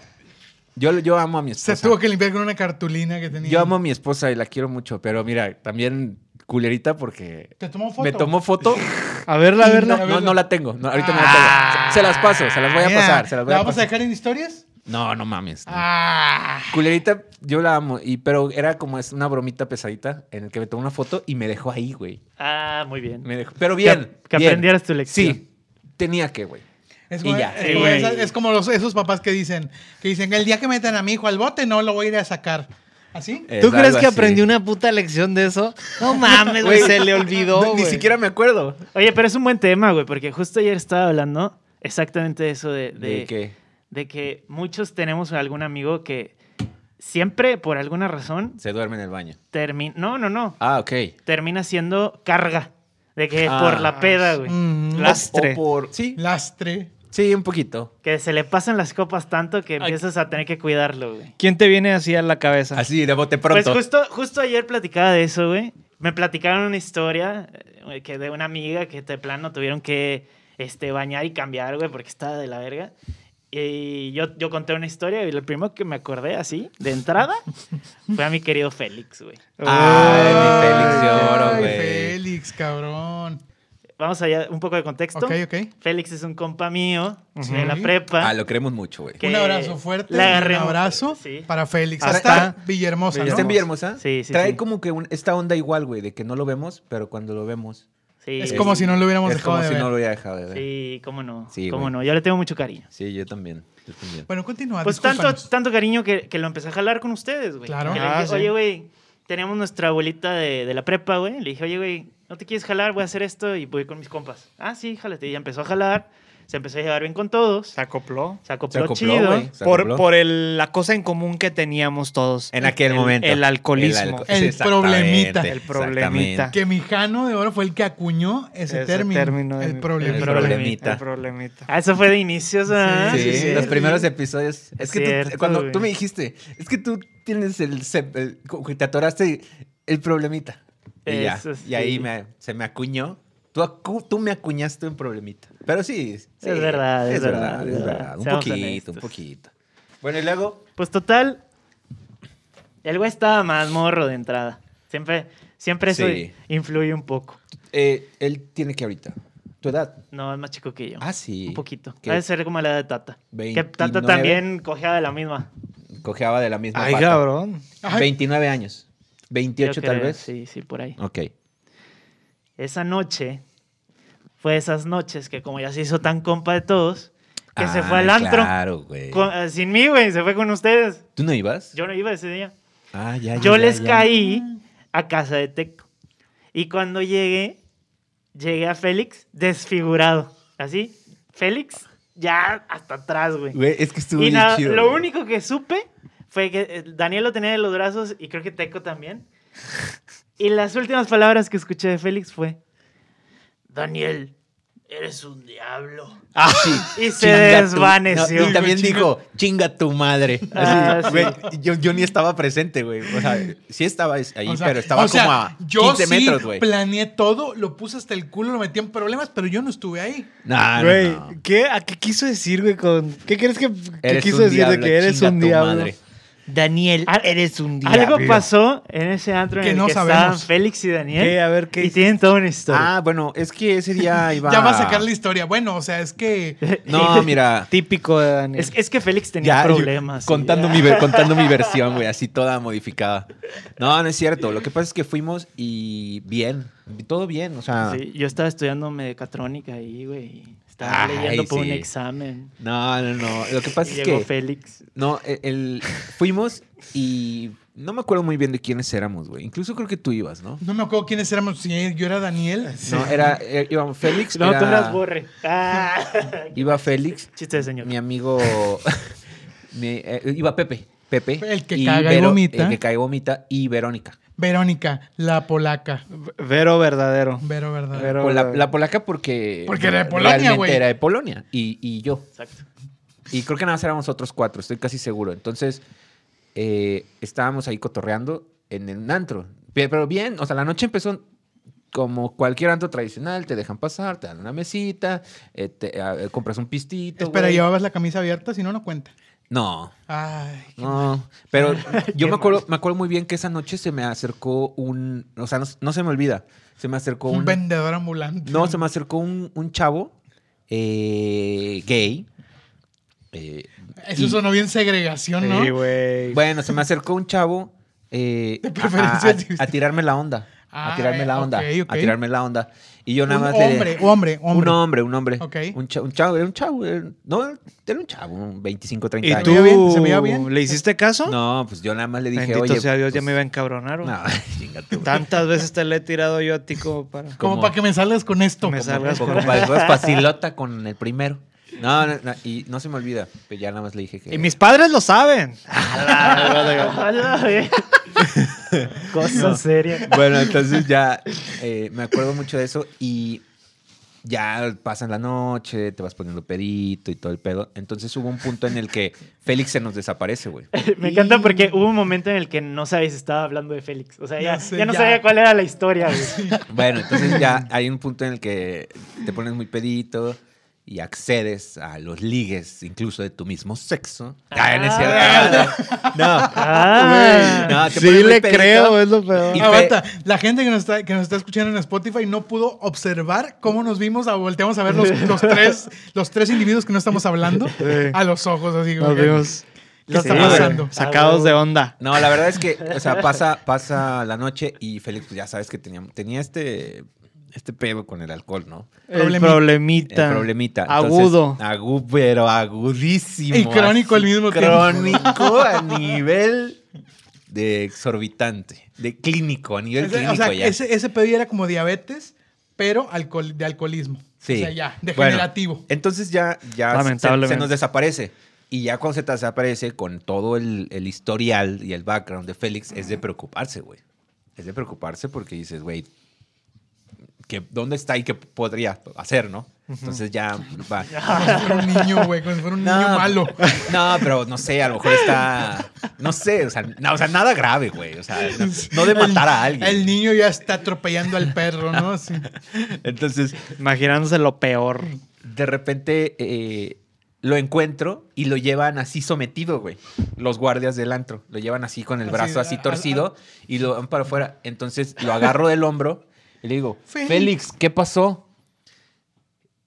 Speaker 3: yo, yo amo a mi
Speaker 5: Se
Speaker 3: esposa.
Speaker 5: tuvo que limpiar con una cartulina que tenía.
Speaker 3: Yo amo a mi esposa y la quiero mucho, pero mira, también culerita porque
Speaker 5: ¿Te tomó foto?
Speaker 3: me tomó foto.
Speaker 7: A verla, a verla.
Speaker 3: No, no, no la tengo. No, ahorita no
Speaker 5: Ah.
Speaker 3: la tengo. Se- Se las paso, se las voy a
Speaker 5: Mira,
Speaker 3: pasar. Se las voy
Speaker 5: ¿La
Speaker 3: a
Speaker 5: vamos a
Speaker 3: pasar.
Speaker 5: dejar en historias?
Speaker 3: No, no mames. no.
Speaker 5: Ah.
Speaker 3: Culerita, yo la amo, y, pero era como es una bromita pesadita en el que me tomó una foto y me dejó ahí, güey.
Speaker 8: Ah, muy bien.
Speaker 3: Me dejó. Pero bien.
Speaker 8: que
Speaker 3: bien.
Speaker 8: aprendieras tu lección.
Speaker 3: Sí, tenía que, güey.
Speaker 5: Es
Speaker 3: Y
Speaker 5: como,
Speaker 3: ya.
Speaker 5: es
Speaker 8: Sí,
Speaker 5: como
Speaker 8: güey.
Speaker 5: esas- es como los- esos papás que dicen, que dicen, el día que metan a mi hijo al bote no lo voy a ir a sacar. ¿Así?
Speaker 3: Eh,
Speaker 7: ¿Tú crees que aprendí una puta lección de eso? No mames, güey. Se le olvidó.
Speaker 3: Ni
Speaker 7: güey.
Speaker 3: siquiera me acuerdo.
Speaker 8: Oye, pero es un buen tema, güey, porque justo ayer estaba hablando exactamente de eso de,
Speaker 3: ¿De,
Speaker 8: de,
Speaker 3: qué?
Speaker 8: de que muchos tenemos algún amigo que siempre, por alguna razón,
Speaker 3: Se duerme en el baño.
Speaker 8: termina... No, no, no.
Speaker 3: Ah, ok.
Speaker 8: Termina siendo carga. De que
Speaker 3: Ah.
Speaker 8: por la peda, güey.
Speaker 5: Mm,
Speaker 3: O
Speaker 7: Lastre.
Speaker 3: por... Sí,
Speaker 5: Lastre.
Speaker 3: sí, un poquito.
Speaker 8: Que se le pasan las copas tanto que empiezas a tener que cuidarlo, güey.
Speaker 7: ¿Quién te viene así a la cabeza?
Speaker 3: Así, de bote pronto.
Speaker 8: Pues justo, justo ayer platicaba de eso, güey. Me platicaron una historia eh, que de una amiga que de plano tuvieron que este, bañar y cambiar, güey, porque estaba de la verga. Y yo, yo conté una historia y lo primero que me acordé así, de entrada, fue a mi querido Félix, güey.
Speaker 3: Ay, mi Félix de
Speaker 5: Ay,
Speaker 3: oro, güey.
Speaker 5: Félix, cabrón.
Speaker 8: Vamos allá, un poco de contexto.
Speaker 5: Ok, ok.
Speaker 8: Félix es un compa mío de la
Speaker 5: Sí.
Speaker 8: prepa.
Speaker 3: Ah, lo queremos mucho, güey.
Speaker 8: que
Speaker 5: Un abrazo fuerte.
Speaker 8: le agarré
Speaker 5: un abrazo
Speaker 8: sí.
Speaker 5: para Félix.
Speaker 3: Ahora
Speaker 5: Hasta
Speaker 3: está-
Speaker 5: Villahermosa, ¿no?
Speaker 3: ¿Está en Villahermosa?
Speaker 8: Sí, sí,
Speaker 3: Trae
Speaker 8: sí.
Speaker 3: como que un- esta onda igual, güey, de que no lo vemos, pero cuando lo vemos.
Speaker 8: Sí,
Speaker 5: Es como si no lo hubiéramos
Speaker 3: es como
Speaker 5: dejado de
Speaker 3: si
Speaker 5: ver.
Speaker 3: no lo hubiera dejado de ver. Sí,
Speaker 8: Sí, cómo no.
Speaker 3: Sí,
Speaker 8: cómo
Speaker 3: güey.
Speaker 8: no. Yo le tengo mucho cariño.
Speaker 3: yo también. yo también.
Speaker 5: Bueno, continúa.
Speaker 8: Pues tanto,
Speaker 5: discúlpanos.
Speaker 8: tanto cariño que, que lo empecé a jalar con ustedes, güey.
Speaker 5: Claro.
Speaker 8: Que le
Speaker 7: Ah,
Speaker 8: dije,
Speaker 7: sí.
Speaker 8: Oye, güey, tenemos nuestra abuelita de, de la prepa, güey. Le dije, oye, güey, ¿no te quieres jalar? Voy a hacer esto y voy con mis compas. Ah, sí, jálate. Y ya empezó a jalar. Se empezó a llevar bien con todos.
Speaker 7: Se acopló.
Speaker 8: Se acopló,
Speaker 3: Se acopló,
Speaker 8: chido.
Speaker 3: güey, se
Speaker 7: Por,
Speaker 3: acopló.
Speaker 7: por el- la cosa en común que teníamos todos.
Speaker 3: en aquel
Speaker 7: El-
Speaker 3: momento.
Speaker 7: El alcoholismo.
Speaker 3: alco-
Speaker 5: El
Speaker 3: Exactamente,
Speaker 5: problemita.
Speaker 7: El problemita.
Speaker 3: exactamente.
Speaker 5: Que Mijano de Oro fue el que acuñó ese,
Speaker 7: Ese
Speaker 5: término.
Speaker 7: término de
Speaker 5: el
Speaker 7: mi-
Speaker 5: problema.
Speaker 3: El
Speaker 8: problemita.
Speaker 3: problemita.
Speaker 7: El problemita.
Speaker 8: Ah, eso fue de inicios, ¿ah?
Speaker 3: Sí,
Speaker 8: sí,
Speaker 3: los
Speaker 8: sí.
Speaker 3: primeros episodios. Es,
Speaker 8: Es
Speaker 3: que tú-
Speaker 8: cierto,
Speaker 3: cuando
Speaker 8: güey.
Speaker 3: tú me dijiste, es que tú tienes el. se- el- como que te atoraste el problemita. Y, ya,
Speaker 8: Eso sí.
Speaker 3: y ahí me- se me acuñó. Tú, acu- tú me acuñaste un problemita. Pero sí. sí,
Speaker 8: Es verdad, es verdad, es
Speaker 3: es
Speaker 8: verdad.
Speaker 3: verdad. Un
Speaker 8: Seamos
Speaker 3: poquito,
Speaker 8: honestos.
Speaker 3: un poquito. Bueno, y luego.
Speaker 8: Pues total, el güey estaba más morro de entrada. Siempre, siempre eso
Speaker 3: Sí.
Speaker 8: influye un poco.
Speaker 3: eh, él tiene que ahorita. Tu edad.
Speaker 8: No, es más chico que yo.
Speaker 3: Ah, sí.
Speaker 8: Un poquito.
Speaker 3: ¿Qué?
Speaker 8: Debe ser como la edad de Tata. Que
Speaker 3: 29.
Speaker 8: Tata también cogea de la misma.
Speaker 3: Cojeaba de la misma
Speaker 7: Ay,
Speaker 3: pata.
Speaker 7: cabrón.
Speaker 5: Ay.
Speaker 3: 29 años.
Speaker 8: Yo
Speaker 3: 28 tal
Speaker 8: creo,
Speaker 3: vez.
Speaker 8: Sí, sí, por ahí.
Speaker 3: Ok.
Speaker 8: Esa noche fue esas noches que como ya se hizo tan compa de todos, que se fue al
Speaker 3: Ay,
Speaker 8: antro
Speaker 3: Claro, güey.
Speaker 8: con- eh, sin mí, güey. Se fue con ustedes.
Speaker 3: ¿Tú no ibas?
Speaker 8: Yo no iba ese día.
Speaker 3: Ah, ya, ya,
Speaker 8: Yo
Speaker 3: ya,
Speaker 8: les
Speaker 3: ya.
Speaker 8: caí a casa de Teco. Y cuando llegué, llegué a Félix desfigurado. Así, Félix ya hasta atrás, güey.
Speaker 3: Güey, es que estuvo
Speaker 8: Y
Speaker 3: bien
Speaker 8: nada,
Speaker 3: chido.
Speaker 8: lo
Speaker 3: güey.
Speaker 8: único que supe fue que eh, Daniel lo tenía de los brazos y creo que Teco también. Y las últimas palabras que escuché de Félix fue: Daniel, eres un diablo.
Speaker 3: Ah, sí.
Speaker 8: Y se
Speaker 3: Chinga tu-
Speaker 8: desvaneció.
Speaker 3: no, y también dijo, chinga tu madre.
Speaker 8: Ah,
Speaker 3: Así,
Speaker 8: sí.
Speaker 3: güey, yo, yo ni estaba presente, güey. O sea, sí estaba ahí,
Speaker 5: O sea,
Speaker 3: pero estaba
Speaker 5: o sea,
Speaker 3: como a 15
Speaker 5: yo sí
Speaker 3: metros, güey.
Speaker 5: planeé todo, lo puse hasta el culo, lo metí en problemas, pero yo no estuve ahí.
Speaker 3: Nah, Ah, no,
Speaker 7: Güey,
Speaker 3: no.
Speaker 7: ¿qué, ¿a qué quiso decir, güey? Con, ¿Qué crees que, que
Speaker 3: Eres
Speaker 7: quiso
Speaker 3: un
Speaker 7: decir de
Speaker 3: diablo,
Speaker 7: que eres
Speaker 3: chinga
Speaker 7: un
Speaker 3: tu
Speaker 7: diablo?
Speaker 3: madre.
Speaker 7: Daniel,
Speaker 8: Al-
Speaker 7: eres un
Speaker 8: Algo pasó en ese antro
Speaker 5: Que
Speaker 8: en el
Speaker 5: no
Speaker 8: que
Speaker 5: sabemos.
Speaker 8: estaban Félix y Daniel.
Speaker 7: ¿Qué? A ver, ¿qué
Speaker 8: Y
Speaker 7: hiciste?
Speaker 8: tienen toda una historia.
Speaker 3: Ah, bueno, es que ese día iba...
Speaker 5: Ya va a sacar la historia. Bueno, o sea, es que
Speaker 3: No, mira...
Speaker 7: Típico de Daniel.
Speaker 8: es, es que Félix tenía
Speaker 3: yo-
Speaker 8: problemas. sí.
Speaker 3: contando, mi, ver- contando mi versión, güey, así toda modificada. No, no es cierto. Lo que pasa es que fuimos y bien, todo bien, o sea...
Speaker 8: Sí, yo estaba estudiando mecatrónica ahí, güey. y Estaba
Speaker 3: Ay,
Speaker 8: leyendo por un
Speaker 3: sí.
Speaker 8: examen.
Speaker 3: No, no, no. Lo que
Speaker 8: Y
Speaker 3: pasa es
Speaker 8: llegó
Speaker 3: que...
Speaker 8: Félix.
Speaker 3: No, el, el- fuimos Y no me acuerdo muy bien de quiénes éramos, güey. Incluso creo que tú ibas, ¿no?
Speaker 5: No me acuerdo quiénes éramos. si yo era Daniel.
Speaker 3: No, era, eh, íbamos Félix.
Speaker 8: No,
Speaker 3: era-
Speaker 8: tú las borre. Ah.
Speaker 3: Iba Félix,
Speaker 8: Chiste de señor.
Speaker 3: mi amigo. mi- eh, iba Pepe. Pepe.
Speaker 5: El que
Speaker 3: y
Speaker 5: caga y vomita.
Speaker 3: El que cae y vomita. Y Verónica.
Speaker 5: Verónica, la polaca.
Speaker 7: Vero verdadero.
Speaker 5: Vero, ¿verdad?
Speaker 7: Vero
Speaker 3: Pola-
Speaker 7: verdadero.
Speaker 3: la polaca porque.
Speaker 5: Porque era de Polonia,
Speaker 3: realmente
Speaker 5: güey.
Speaker 3: Era de Polonia. Y, y yo.
Speaker 8: Exacto.
Speaker 3: Y creo que nada más éramos otros cuatro, estoy casi seguro. Entonces, eh, estábamos ahí cotorreando en el antro. Pe- Pero bien, o sea, la noche empezó como cualquier antro tradicional. Te dejan pasar, te dan una mesita, eh, te- a- eh, compras un pistito.
Speaker 5: Espera,
Speaker 3: güey.
Speaker 5: llevabas la camisa abierta, si no, no cuenta.
Speaker 3: No,
Speaker 5: Ay, qué
Speaker 3: no. Pero yo me acuerdo, me acuerdo muy bien que esa noche se me acercó un... O sea, no, no se me olvida. Se me acercó
Speaker 5: un
Speaker 3: un...
Speaker 5: vendedor ambulante.
Speaker 3: No, se me acercó un, un chavo eh, gay. eh,
Speaker 5: Eso
Speaker 3: y-
Speaker 5: sonó bien segregación, ¿no?
Speaker 7: Sí, güey.
Speaker 3: Bueno, se me acercó un chavo eh,
Speaker 5: De
Speaker 3: a,
Speaker 5: preferencia
Speaker 3: a-
Speaker 5: artista.
Speaker 3: a tirarme la onda.
Speaker 5: Ah,
Speaker 3: a tirarme la
Speaker 5: ok,
Speaker 3: onda.
Speaker 5: ok.
Speaker 3: A tirarme la onda. Y yo nada
Speaker 5: Un
Speaker 3: más le-
Speaker 5: hombre, hombre, hombre.
Speaker 3: Un hombre, un hombre.
Speaker 5: Ok.
Speaker 3: Un, cha- un chavo, era un chavo. era- no, era un chavo, un 25, 30
Speaker 7: ¿Y
Speaker 3: años.
Speaker 7: tú
Speaker 5: veía bien? ¿Se veía bien?
Speaker 7: le hiciste caso?
Speaker 3: No, pues yo nada más le dije,
Speaker 7: Bendito
Speaker 3: oye.
Speaker 7: sea Dios, ya
Speaker 3: pues,
Speaker 7: me iba a encabronar. güey.
Speaker 3: No, chinga tú.
Speaker 7: Tantas veces te le he tirado yo a ti como para...
Speaker 5: Como
Speaker 3: como-
Speaker 5: para que me salgas con esto.
Speaker 7: Me
Speaker 5: Como-
Speaker 7: salgas
Speaker 3: Como
Speaker 7: con-
Speaker 3: para después facilota con el primero. No, no, no, y no se me olvida. Pero ya nada más le dije que.
Speaker 7: Y mis padres lo saben.
Speaker 8: Ojalá, güey. Cosa seria.
Speaker 3: Bueno, entonces ya eh, me acuerdo mucho de eso y ya pasan la noche, te vas poniendo pedito y todo el pedo. Entonces hubo un punto en el que Félix se nos desaparece, güey.
Speaker 8: Me encanta porque hubo un momento en el que no sabes si estaba hablando de Félix. O sea,
Speaker 5: Ya
Speaker 8: ya,
Speaker 5: sé,
Speaker 8: ya no
Speaker 5: ya.
Speaker 8: sabía cuál era la historia, güey.
Speaker 3: Bueno, entonces ya hay un punto en el que te pones muy pedito y accedes a los ligues, incluso de tu mismo sexo. Ah, no es cierto. No.
Speaker 8: Ah,
Speaker 3: No, te
Speaker 7: Sí
Speaker 3: pones muy
Speaker 7: le
Speaker 3: pedito.
Speaker 7: creo, es lo peor.
Speaker 3: Y-
Speaker 5: Aguanta, Ah, la gente que nos, está, que nos está escuchando en Spotify no pudo observar cómo nos vimos, a, volteamos a ver los, los tres, los tres individuos que no estamos hablando a los ojos, así
Speaker 7: Nos
Speaker 5: como que,
Speaker 7: vimos
Speaker 5: ¿Qué está
Speaker 7: Sí,
Speaker 5: pasando?
Speaker 3: Ah,
Speaker 7: sacados de onda.
Speaker 3: No, la verdad es que, o sea, pasa, pasa la noche y Félix, pues ya sabes que tenía, tenía este, este pedo con el alcohol, ¿no?
Speaker 7: El
Speaker 5: Problemita.
Speaker 7: problemita.
Speaker 3: El problemita. Entonces,
Speaker 7: Agudo.
Speaker 3: agu- pero agudísimo.
Speaker 5: Y crónico al mismo tiempo.
Speaker 3: Crónico a nivel de exorbitante. De clínico, a nivel
Speaker 5: Ese,
Speaker 3: clínico
Speaker 5: o sea,
Speaker 3: ya.
Speaker 5: ese, ese pedo ya era como diabetes, pero alcohol- de alcoholismo.
Speaker 3: Sí.
Speaker 5: O sea, ya,
Speaker 3: Bueno,
Speaker 5: degenerativo.
Speaker 3: entonces ya, ya se- se,
Speaker 7: Lamentablemente.
Speaker 3: nos desaparece. Y ya cuando se te desaparece, con todo el, el historial y el background de Félix, es de preocuparse, güey. Es de preocuparse porque dices, güey, ¿qué- ¿dónde está y qué podría hacer, no? Entonces ya va. pues,
Speaker 5: Como si fuera un niño, güey, como si fuera un niño malo.
Speaker 3: No, pero no sé, a lo mejor está. No sé, o sea, no, o sea, nada grave, güey. O sea, no, no de matar a alguien.
Speaker 5: El niño ya está atropellando al perro, ¿no? Sí.
Speaker 3: Entonces,
Speaker 7: Imaginándose lo peor.
Speaker 3: de repente eh, lo encuentro y lo llevan así sometido, güey. Los guardias del antro. Lo llevan así con el
Speaker 5: Así,
Speaker 3: brazo
Speaker 5: a-
Speaker 3: así
Speaker 5: a-
Speaker 3: torcido y lo van para afuera. Entonces lo agarro del hombro y le digo,
Speaker 5: Félix.
Speaker 3: Félix, ¿qué pasó?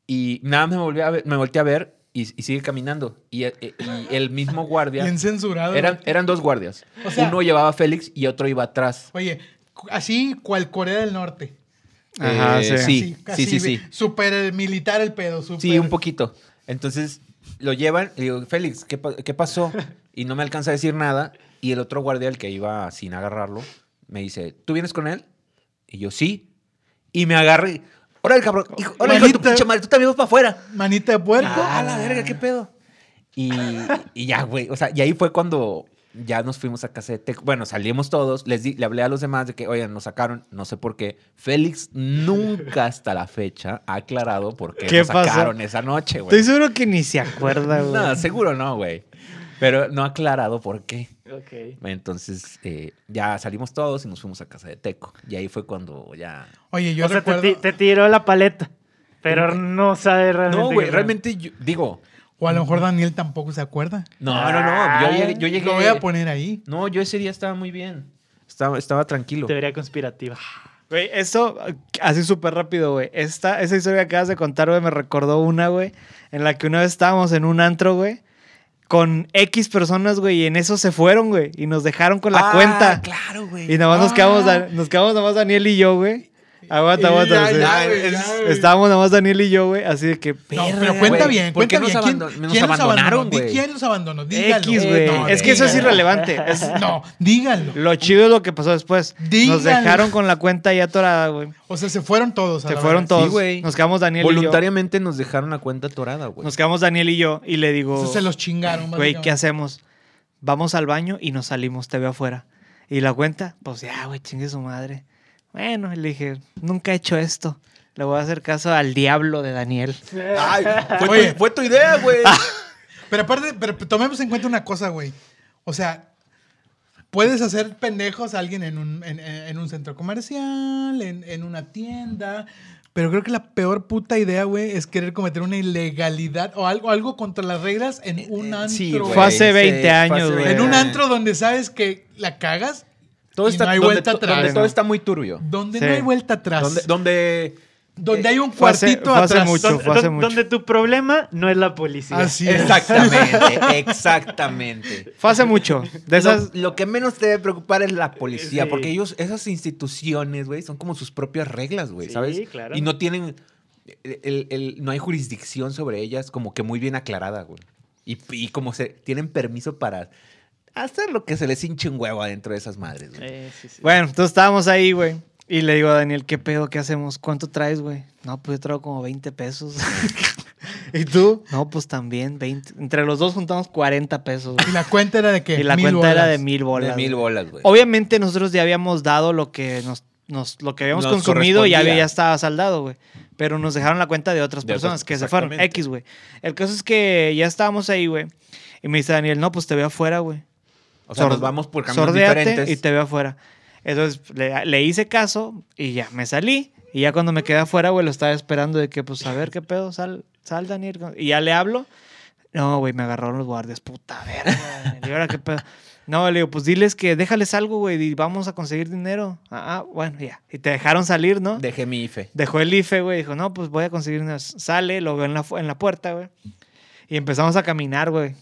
Speaker 3: Y nada, me, volví a ver- me volteé a ver y, y sigue caminando. Y, eh, y el mismo guardia.
Speaker 5: Bien censurado.
Speaker 3: Eran, eran dos guardias.
Speaker 5: O sea-
Speaker 3: Uno llevaba a Félix y otro iba atrás.
Speaker 5: Oye, cu- así cual Corea del Norte.
Speaker 7: Ajá,
Speaker 3: Eh,
Speaker 7: sí.
Speaker 3: Sí, sí, sí, sí.
Speaker 5: Super militar el pedo, super.
Speaker 3: Sí, un poquito. Entonces lo llevan y digo, Félix, ¿qué, pa- qué pasó? Y no me alcanza a decir nada. Y el otro guardia, el que iba sin agarrarlo, me dice, ¿tú vienes con él? Y yo, sí. Y me agarré. y, Órale, cabrón. Hijo, órale, hijo de tu
Speaker 5: Manita.
Speaker 3: pinche madre, tú también vas para afuera.
Speaker 5: Manita de puerco.
Speaker 3: Ah, la verga, qué pedo. Y, y ya, güey. O sea, y ahí fue cuando ya nos fuimos a casa de Teco. Bueno, salimos todos. Les di- le hablé a los demás de que, oigan, nos sacaron. No sé por qué. Félix nunca hasta la fecha ha aclarado por qué,
Speaker 7: ¿Qué
Speaker 3: nos
Speaker 7: pasó?
Speaker 3: sacaron esa noche,
Speaker 7: Estoy
Speaker 3: güey.
Speaker 7: seguro que ni se acuerda, güey.
Speaker 3: No, seguro no, güey. Pero no ha aclarado por qué.
Speaker 8: ok.
Speaker 3: Entonces, eh, ya salimos todos y nos fuimos a casa de Teco. Y ahí fue cuando ya...
Speaker 5: Oye, yo
Speaker 8: O sea, te,
Speaker 5: recuerdo.
Speaker 8: ti- te tiró la paleta, pero no sabe realmente.
Speaker 3: No, güey,
Speaker 8: qué-
Speaker 3: realmente yo- digo...
Speaker 5: O a lo mejor Daniel tampoco se acuerda.
Speaker 3: No, no, no. Yo llegué... Yo llegué
Speaker 5: Lo voy a poner ahí.
Speaker 3: No, yo ese día estaba muy bien. Estaba, estaba tranquilo.
Speaker 8: Teoría conspirativa.
Speaker 7: Güey, esto, así súper rápido, güey. Esta, esa historia que acabas de contar, güey, me recordó una, güey, en la que una vez estábamos en un antro, güey, con X personas, güey, y en eso se fueron, güey, y nos dejaron con la
Speaker 3: Ah,
Speaker 7: cuenta.
Speaker 3: Claro, güey.
Speaker 7: Y nada más nos quedamos, Dan- nos quedamos nada más Daniel y yo, güey. Aguanta, aguanta.
Speaker 5: Ah. Ya,
Speaker 7: o sea,
Speaker 5: ya, güey,
Speaker 7: es-
Speaker 5: ya, güey.
Speaker 7: estábamos nomás Daniel y yo, güey, así de que.
Speaker 5: No, pero
Speaker 7: verga,
Speaker 5: cuenta
Speaker 7: güey.
Speaker 5: bien,
Speaker 3: ¿por qué
Speaker 5: cuenta bien.
Speaker 3: nos
Speaker 5: ¿Quién,
Speaker 3: abandon- nos
Speaker 5: quién los abandonó?
Speaker 3: abandonaron,
Speaker 5: Di-
Speaker 3: güey?
Speaker 5: ¿Quién los abandonó? Dígalo.
Speaker 7: X,
Speaker 5: Eh,
Speaker 7: güey.
Speaker 5: no,
Speaker 7: es que eso es
Speaker 5: dígalo.
Speaker 7: irrelevante. es-
Speaker 5: No, díganlo.
Speaker 7: Lo chido es lo que pasó después.
Speaker 5: Dígalo.
Speaker 7: Nos dejaron con la cuenta ya atorada, güey.
Speaker 5: O sea, se fueron todos. a
Speaker 7: Se
Speaker 5: la
Speaker 7: fueron
Speaker 5: verga.
Speaker 7: todos.
Speaker 3: güey.
Speaker 7: Nos quedamos Daniel
Speaker 3: Voluntariamente nos dejaron la cuenta atorada,
Speaker 7: y yo.
Speaker 3: güey.
Speaker 7: Nos quedamos Daniel y yo. Y le digo,
Speaker 5: O sea, se los chingaron.
Speaker 7: güey, ¿qué
Speaker 5: básicamente.
Speaker 7: hacemos? Vamos al baño y nos salimos, te veo afuera. Y la cuenta, pues ya, güey, chingue su madre. Bueno, le dije, nunca he hecho esto. Le voy a hacer caso al diablo de Daniel.
Speaker 3: Ay,
Speaker 5: Oye.
Speaker 3: tu idea, güey.
Speaker 7: Ah.
Speaker 5: Pero aparte, pero tomemos en cuenta una cosa, güey. O sea, puedes hacer pendejos a alguien en un, en, en- en un centro comercial, en, en una tienda. Pero creo que la peor puta idea, güey, es querer cometer una ilegalidad o algo, algo contra las reglas en un antro.
Speaker 3: Eh, Sí,
Speaker 5: güey.
Speaker 3: güey.
Speaker 7: Fue hace
Speaker 3: Sí,
Speaker 7: 20
Speaker 3: fue
Speaker 7: años,
Speaker 3: hace
Speaker 7: güey.
Speaker 3: 20
Speaker 5: En un
Speaker 3: años.
Speaker 5: antro donde sabes que la cagas,
Speaker 3: Todo
Speaker 5: y
Speaker 3: está,
Speaker 5: no hay
Speaker 3: donde
Speaker 5: vuelta
Speaker 3: to-
Speaker 5: atrás,
Speaker 3: donde
Speaker 5: ¿no?
Speaker 3: todo está muy turbio.
Speaker 5: donde
Speaker 7: Sí.
Speaker 5: no hay vuelta atrás.
Speaker 3: Donde,
Speaker 5: Donde,
Speaker 3: donde
Speaker 5: hay un
Speaker 7: fue hace-
Speaker 5: cuartito
Speaker 7: fue hace
Speaker 5: atrás.
Speaker 7: mucho. Eso
Speaker 8: Donde,
Speaker 7: fue hace
Speaker 8: don- donde tu problema no es la policía.
Speaker 5: Así es.
Speaker 3: Exactamente, exactamente.
Speaker 7: Fue hace mucho. De esas,
Speaker 3: lo, lo que menos te debe preocupar es la policía,
Speaker 8: Sí.
Speaker 3: porque ellos, esas instituciones, güey, son como sus propias reglas, güey,
Speaker 8: Sí,
Speaker 3: ¿sabes?
Speaker 8: claro.
Speaker 3: Y no tienen, el- el- el- no hay jurisdicción sobre ellas como que muy bien aclarada, güey. Y, y como se tienen permiso para hacer lo que se les hinche un huevo adentro de esas madres, güey.
Speaker 8: Eh, sí, sí.
Speaker 7: bueno, entonces estábamos ahí, güey. Y le digo a Daniel, ¿qué pedo? ¿Qué hacemos? ¿Cuánto traes, güey? No, pues yo traigo como 20 pesos. ¿Y tú? No, pues también 20. Entre los dos juntamos 40 pesos. güey.
Speaker 5: Y la cuenta era de qué?
Speaker 7: Y la
Speaker 5: Mil
Speaker 7: cuenta era de
Speaker 5: bolas.
Speaker 7: mil bolas.
Speaker 3: De mil
Speaker 7: güey.
Speaker 3: bolas, güey.
Speaker 7: Obviamente nosotros ya habíamos dado lo que nos, nos- lo que habíamos
Speaker 3: Nos
Speaker 7: consumido y ya, había-
Speaker 3: correspondía.
Speaker 7: ya estaba saldado, güey. Pero nos dejaron la cuenta de otras
Speaker 3: De otras-
Speaker 7: personas que se fueron.
Speaker 3: exactamente.
Speaker 7: X, güey. El caso es que ya estábamos ahí, güey. Y me dice Daniel, no, pues te veo afuera, güey.
Speaker 3: O sea, nos
Speaker 7: Sord-
Speaker 3: vamos por caminos
Speaker 7: sordéate
Speaker 3: diferentes.
Speaker 7: y te veo afuera. Entonces le, le hice caso y ya, me salí. Y ya cuando me quedé afuera, güey, lo estaba esperando de que, pues, a ver qué pedo, sal, sal, Daniel. Y ya le hablo. No, güey, me agarraron los guardias, puta verga. güey. ¿Y ahora qué pedo? No, le digo, pues diles que déjales algo, güey, y vamos a conseguir dinero. Ah, ah, bueno, ya. Y te dejaron salir, ¿no?
Speaker 3: Dejé mi IFE.
Speaker 7: Dejó el IFE, güey. Dijo, no, pues voy a conseguir unas. Sale, lo veo en la, fu- en la puerta, güey. Y empezamos a caminar, güey.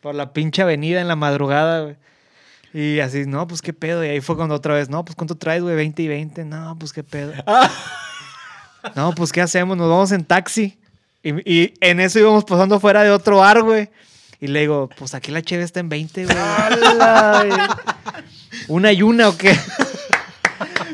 Speaker 7: Por la pinche avenida en la madrugada, güey. Y así, no, pues qué pedo. Y ahí fue cuando otra vez, no, pues cuánto traes, güey, 20 y 20. No, pues qué pedo.
Speaker 3: Ah.
Speaker 7: No, pues qué hacemos, nos vamos en taxi. Y, y en eso íbamos pasando fuera de otro bar, güey. Y le digo, pues aquí la cheve está en 20, güey. ¿Una y una o qué?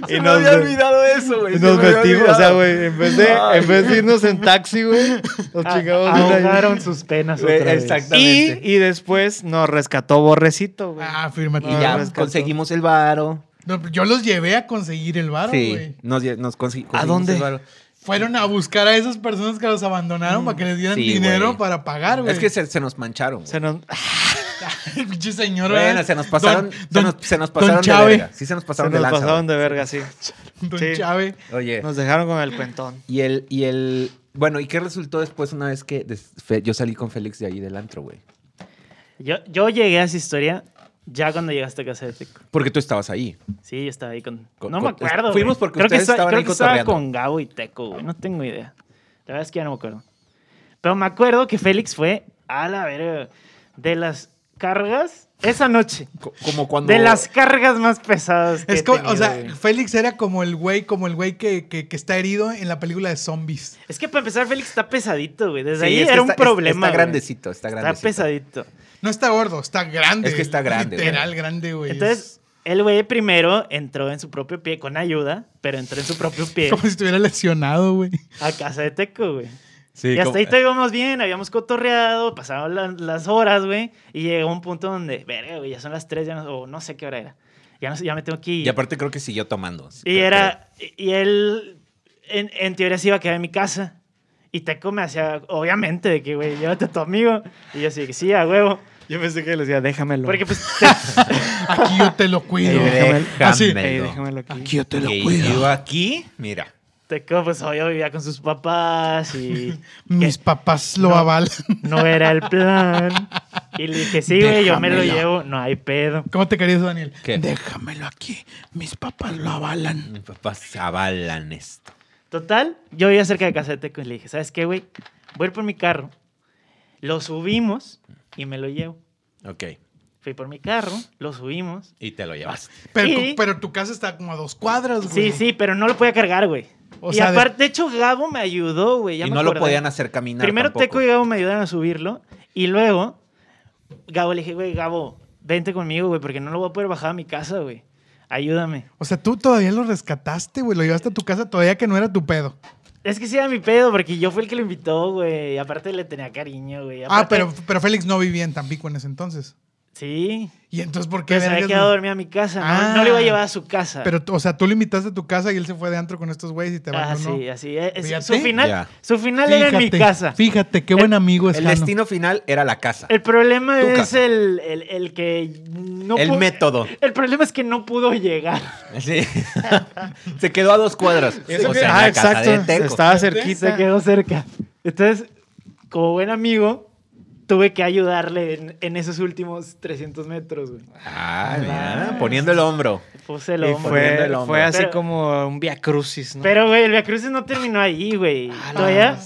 Speaker 3: Se me había olvidado eso, güey.
Speaker 7: Y
Speaker 3: se
Speaker 7: nos
Speaker 3: Pues, me había
Speaker 7: metimos, o sea,
Speaker 3: olvidado.
Speaker 7: güey, en vez de, en vez de irnos en taxi, güey, nos
Speaker 8: Ah,
Speaker 7: chingamos una-
Speaker 8: ahogaron sus penas
Speaker 3: Güey,
Speaker 8: otra vez.
Speaker 7: Y,
Speaker 3: Exactamente.
Speaker 7: y después nos rescató Borrecito, güey.
Speaker 5: Ah,
Speaker 3: Y,
Speaker 5: afirmativo.
Speaker 3: ya
Speaker 7: rescató.
Speaker 3: conseguimos el varo.
Speaker 5: No, pues, yo los llevé a conseguir el bar,
Speaker 3: Sí,
Speaker 5: güey.
Speaker 3: nos, lle- nos consi- conseguimos
Speaker 7: ¿A dónde?
Speaker 3: el varo.
Speaker 5: Fueron a buscar a esas personas que los abandonaron para que les dieran
Speaker 3: Sí,
Speaker 5: dinero
Speaker 3: güey.
Speaker 5: para pagar, güey.
Speaker 3: Es que se, se nos mancharon. güey.
Speaker 7: Se nos-
Speaker 5: El pinche señor,
Speaker 3: Bueno,
Speaker 5: ¿verdad?
Speaker 3: se nos pasaron,
Speaker 5: Don-
Speaker 3: se
Speaker 5: don-
Speaker 3: nos, se nos
Speaker 5: don
Speaker 3: pasaron de
Speaker 5: Chávez.
Speaker 3: verga. Sí, se nos
Speaker 7: se
Speaker 3: pasaron de
Speaker 7: nos
Speaker 3: lanza,
Speaker 7: pasaron
Speaker 3: güey.
Speaker 7: de verga, sí.
Speaker 5: Don
Speaker 7: Sí.
Speaker 5: Chávez.
Speaker 3: Oye,
Speaker 7: Nos dejaron con el cuentón.
Speaker 3: y el, y el... Bueno, ¿y qué resultó después una vez que des- Fe- yo salí con Félix de ahí del antro, güey?
Speaker 8: Yo, yo llegué a esa historia ya cuando llegaste a casa de Teco.
Speaker 3: Porque tú estabas ahí.
Speaker 8: Sí, yo estaba ahí con.
Speaker 3: Con-
Speaker 8: no
Speaker 3: con-
Speaker 8: me acuerdo.
Speaker 3: fuimos
Speaker 8: güey.
Speaker 3: porque
Speaker 8: creo que
Speaker 3: ustedes
Speaker 8: esta-
Speaker 3: estaban
Speaker 8: creo
Speaker 3: ahí
Speaker 8: que estaba
Speaker 3: cotorreando.
Speaker 8: con Gabo y Teco, güey. No tengo idea. La verdad es que ya no me acuerdo. Pero me acuerdo que Félix fue a la verga de las cargas esa noche.
Speaker 3: Co- como cuando...
Speaker 8: De las cargas más pesadas. Que
Speaker 5: Es
Speaker 8: he
Speaker 5: como, o
Speaker 8: tenido,
Speaker 5: sea,
Speaker 8: güey.
Speaker 5: Félix era como el güey, como el güey que, que, que está herido en la película de zombies.
Speaker 8: Es que para empezar, Félix está pesadito, güey.
Speaker 3: Sí,
Speaker 8: Desde ahí
Speaker 3: es que
Speaker 8: era un
Speaker 3: está- es-
Speaker 8: problema.
Speaker 3: Está
Speaker 8: güey.
Speaker 3: grandecito, está
Speaker 8: Está
Speaker 3: grandecito.
Speaker 8: pesadito.
Speaker 5: No está gordo, está grande.
Speaker 3: Es que está grande,
Speaker 5: Literal,
Speaker 3: güey.
Speaker 5: grande, güey.
Speaker 8: Entonces, el güey primero entró en su propio pie con ayuda, pero entró en su propio
Speaker 5: Es
Speaker 8: pie
Speaker 5: como si estuviera lesionado, güey.
Speaker 8: a casa de Teco, güey.
Speaker 3: Sí,
Speaker 8: y hasta
Speaker 3: como-
Speaker 8: ahí te íbamos bien, habíamos cotorreado, pasaron la- las horas, güey, y llegó un punto donde, verga, güey, ya son las 3, ya no, o no sé qué hora era. Ya, no, sé, ya me tengo que ir.
Speaker 3: Y aparte creo que siguió tomando.
Speaker 8: Y era, y él, en, en teoría se iba a quedar en mi casa. Y Teco me hacía, obviamente, de que, güey, llévate a tu amigo. Y yo así, de que sí, a huevo.
Speaker 7: Yo pensé que le decía, déjamelo.
Speaker 8: Porque pues, te-
Speaker 5: Aquí yo te lo cuido.
Speaker 3: Déjamelo.
Speaker 8: Ah,
Speaker 5: Así.
Speaker 7: Ey, déjamelo aquí.
Speaker 5: Aquí yo te lo
Speaker 3: Y
Speaker 5: cuido.
Speaker 3: Eh, yo aquí, mira.
Speaker 8: Teco, pues, obvio, vivía con sus papás y...
Speaker 5: Mis papás lo
Speaker 8: No.
Speaker 5: avalan.
Speaker 8: No era el plan. Y le dije, sí, güey, yo me lo llevo. No hay pedo.
Speaker 5: ¿Cómo te querías, Daniel?
Speaker 3: ¿Qué?
Speaker 5: Déjamelo aquí. Mis papás lo avalan.
Speaker 3: Mis papás se avalan esto.
Speaker 8: Total, yo iba cerca de casa de Teco y le dije, ¿sabes qué, güey? Voy a ir por mi carro. Lo subimos y me lo llevo.
Speaker 3: Ok.
Speaker 8: Fui por mi carro, lo subimos.
Speaker 3: Y te lo llevaste.
Speaker 5: Pero,
Speaker 8: Y-
Speaker 5: tu- pero tu casa está como a dos cuadras,
Speaker 8: Sí,
Speaker 5: güey.
Speaker 8: sí, pero no lo podía cargar, güey.
Speaker 5: O
Speaker 8: y
Speaker 5: sea, de-
Speaker 8: aparte, de... hecho, Gabo me ayudó, güey. ya
Speaker 3: y
Speaker 8: me
Speaker 3: no lo
Speaker 8: acordé.
Speaker 3: podían hacer caminar.
Speaker 8: Primero
Speaker 3: tampoco.
Speaker 8: Teco y Gabo me ayudaron a subirlo. Y luego, Gabo le dije, güey, Gabo, vente conmigo, güey, porque no lo voy a poder bajar a mi casa, güey. Ayúdame.
Speaker 5: O sea, tú todavía lo rescataste, güey. Lo llevaste a tu casa todavía que no era tu pedo.
Speaker 8: Es que sí era mi pedo, porque yo fui el que lo invitó, güey. y Aparte le tenía cariño, güey.
Speaker 5: Ah,
Speaker 8: Aparte-
Speaker 5: pero, pero Félix no vivía en Tampico en ese entonces.
Speaker 8: Sí.
Speaker 5: ¿Y entonces por qué?
Speaker 8: Que se había
Speaker 5: vergas
Speaker 8: quedado
Speaker 5: lo-
Speaker 8: a Pues dormir a mi casa. ¿no?
Speaker 5: Ah.
Speaker 8: No, le iba a llevar a su casa.
Speaker 5: Pero, o sea, tú lo invitaste a tu casa y él se fue de antro con estos güeyes y te
Speaker 8: Ah,
Speaker 5: abandonó.
Speaker 8: sí, así. es- es-
Speaker 5: Fíjate.
Speaker 8: su final,
Speaker 3: Ya.
Speaker 8: su final era en mi casa.
Speaker 5: Fíjate, qué buen amigo es
Speaker 3: El
Speaker 5: Jano.
Speaker 3: destino final era la casa.
Speaker 8: El problema
Speaker 3: Tu
Speaker 8: es
Speaker 3: casa.
Speaker 8: el, el, el que no
Speaker 3: El
Speaker 8: pu-
Speaker 3: método.
Speaker 8: El problema es que no pudo llegar.
Speaker 3: Sí. se quedó a dos cuadras.
Speaker 6: Eso
Speaker 3: o
Speaker 6: que-
Speaker 3: sea, en
Speaker 6: ah,
Speaker 3: la casa de
Speaker 6: exacto.
Speaker 3: Teco.
Speaker 6: Estaba
Speaker 8: Se
Speaker 6: cerquita.
Speaker 8: quedó cerca. Entonces, como buen amigo, tuve que ayudarle en, en esos últimos 300 metros, güey. Pues
Speaker 3: Ah, mira, poniendo el hombro.
Speaker 8: Puse el
Speaker 6: Y
Speaker 8: hombro.
Speaker 3: poniendo el
Speaker 6: fue,
Speaker 3: hombro.
Speaker 6: fue así
Speaker 8: Pero-
Speaker 6: como un via crucis, ¿no?
Speaker 8: Pero, güey, el Via Crucis no terminó ahí, güey. Todavía.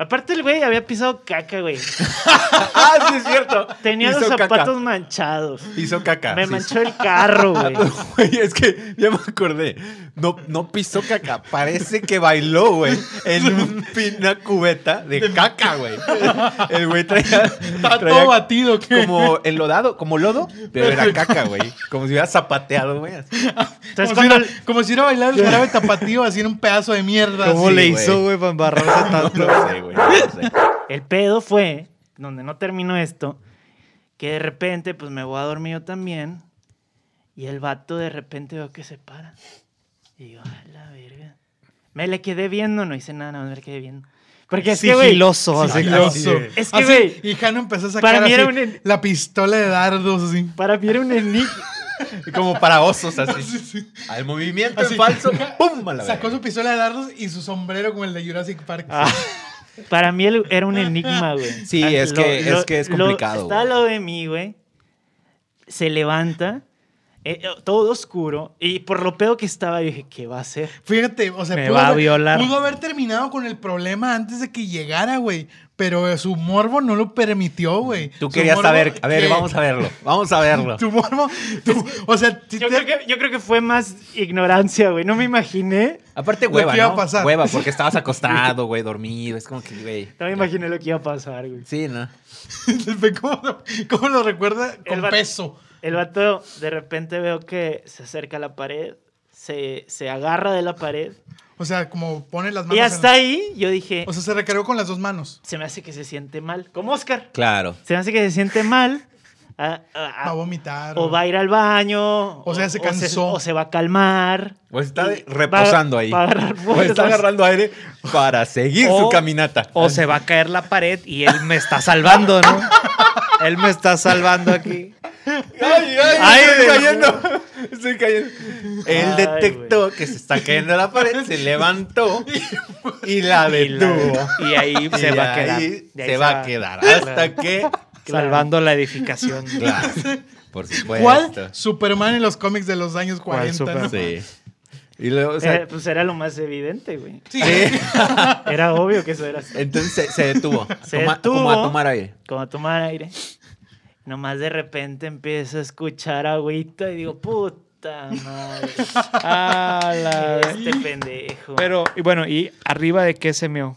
Speaker 8: Aparte, el güey había pisado caca, güey.
Speaker 3: ah, sí es cierto.
Speaker 8: Tenía
Speaker 3: Hizo
Speaker 8: los
Speaker 3: caca.
Speaker 8: zapatos manchados.
Speaker 3: Hizo caca.
Speaker 8: Me
Speaker 3: sí.
Speaker 8: manchó el carro, güey.
Speaker 3: Güey, es que ya me acordé. No, no pisó caca. Parece que bailó, güey. En un- una cubeta de caca, güey. El güey traía.
Speaker 5: Está
Speaker 3: traía
Speaker 5: todo batido. ¿qué?
Speaker 3: Como enlodado, como lodo, pero era caca, güey. Como si hubiera zapateado, güey.
Speaker 8: Entonces,
Speaker 5: como, si
Speaker 8: cuando,
Speaker 5: era, como si era bailar el jarabe tapatío así en un pedazo de mierda.
Speaker 6: ¿Cómo
Speaker 5: así.
Speaker 6: le
Speaker 3: Sí,
Speaker 6: hizo, güey, para embarrarse
Speaker 3: No
Speaker 6: tanto?
Speaker 3: lo sé, güey. no lo sé.
Speaker 8: El pedo fue, donde no terminó esto, que de repente, pues me voy a dormir yo también. Y el vato de repente veo que se para. Y digo, a la verga. Me le quedé viendo, no hice nada, nada más me le quedé viendo. Porque es que, güey,
Speaker 6: Sigiloso, así como-
Speaker 5: Sigiloso.
Speaker 8: Es que,
Speaker 5: Así,
Speaker 8: güey,
Speaker 5: Y Jano empezó a sacar
Speaker 8: para mí era
Speaker 5: así
Speaker 8: un-
Speaker 5: la pistola de dardos, así.
Speaker 8: para mí era un enigma.
Speaker 3: Y Como para osos, así. Al movimiento en falso, ¡pum! A la
Speaker 5: Sacó
Speaker 3: verga.
Speaker 5: su pistola de dardos y su sombrero como el de Jurassic Park.
Speaker 8: Ah. Para mí el- era un enigma, güey.
Speaker 3: Sí,
Speaker 8: Ah,
Speaker 3: es que- es que es complicado,
Speaker 8: está
Speaker 3: güey.
Speaker 8: al lado de mí, güey. Se levanta, eh, eh, todo oscuro. Y por lo pedo que estaba, yo dije, ¿qué va a hacer?
Speaker 5: Fíjate, o sea,
Speaker 6: Me va a
Speaker 5: haber,
Speaker 6: violar.
Speaker 5: pudo haber terminado con el problema antes de que llegara, güey. Pero su morbo no lo permitió, güey.
Speaker 3: Tú querías saber. A ver, vamos a verlo. Vamos a verlo.
Speaker 5: Tu morbo. tu- o sea, si
Speaker 8: Yo
Speaker 5: te-
Speaker 8: creo, que, yo creo que fue más ignorancia, güey. No me imaginé.
Speaker 3: Aparte,
Speaker 5: Lo
Speaker 3: hueva,
Speaker 5: que iba a
Speaker 3: ¿no?
Speaker 5: pasar.
Speaker 3: Hueva, porque estabas acostado, güey, dormido. Es como que, güey.
Speaker 8: No me imaginé lo que iba a pasar, güey.
Speaker 3: Sí, ¿no?
Speaker 5: Ve ¿Cómo, lo- cómo lo recuerda? Con
Speaker 8: vato-
Speaker 5: peso.
Speaker 8: El vato, de repente veo que se acerca a la pared, se, se agarra de la pared.
Speaker 5: O sea, como pone las manos.
Speaker 8: Y
Speaker 5: en-
Speaker 8: hasta ahí yo dije,
Speaker 5: O sea, se recargó con las dos manos.
Speaker 8: se me hace que se siente mal. Como Oscar.
Speaker 3: Claro.
Speaker 8: Se me hace que se siente mal. ah, ah, ah,
Speaker 5: Va a vomitar.
Speaker 8: o va a ir al baño.
Speaker 5: O sea, se cansó.
Speaker 8: O se, va a calmar.
Speaker 3: O Pues está de-
Speaker 8: Va-
Speaker 3: reposando ahí.
Speaker 8: va a agarrar
Speaker 3: o
Speaker 8: fuerzas.
Speaker 3: está agarrando aire para seguir su
Speaker 6: O-
Speaker 3: caminata.
Speaker 6: O se va a caer la pared y él me está salvando, ¿no? Él me está salvando aquí.
Speaker 3: ¡Ay, ay!
Speaker 6: Ay,
Speaker 3: estoy
Speaker 6: de-
Speaker 3: cayendo! Estoy cayendo. Él
Speaker 8: Ay,
Speaker 3: detectó que se está cayendo la pared, se levantó y la
Speaker 6: Y, la-
Speaker 3: detuvo.
Speaker 6: y ahí se
Speaker 3: Y
Speaker 6: va a quedar.
Speaker 3: ahí
Speaker 6: De ahí
Speaker 3: Se, va, a quedar. Hasta que.
Speaker 6: Salvando la edificación.
Speaker 3: Claro. Por supuesto.
Speaker 5: ¿Cuál? Superman en los cómics de los años
Speaker 6: ¿Cuál
Speaker 5: 40. ¿no?
Speaker 6: Superman?
Speaker 3: Sí. Y luego, o sea,
Speaker 8: Eh, pues era lo más evidente, güey.
Speaker 5: Sí.
Speaker 8: Era obvio que eso era así.
Speaker 3: entonces se, se detuvo.
Speaker 8: Se
Speaker 3: Toma-
Speaker 8: detuvo.
Speaker 3: Como a tomar aire.
Speaker 8: Como a tomar aire. Nomás de repente empiezo a escuchar agüita y digo, puta madre.
Speaker 6: A la-
Speaker 8: Este pendejo.
Speaker 6: Pero, y bueno, ¿y arriba de qué se meó?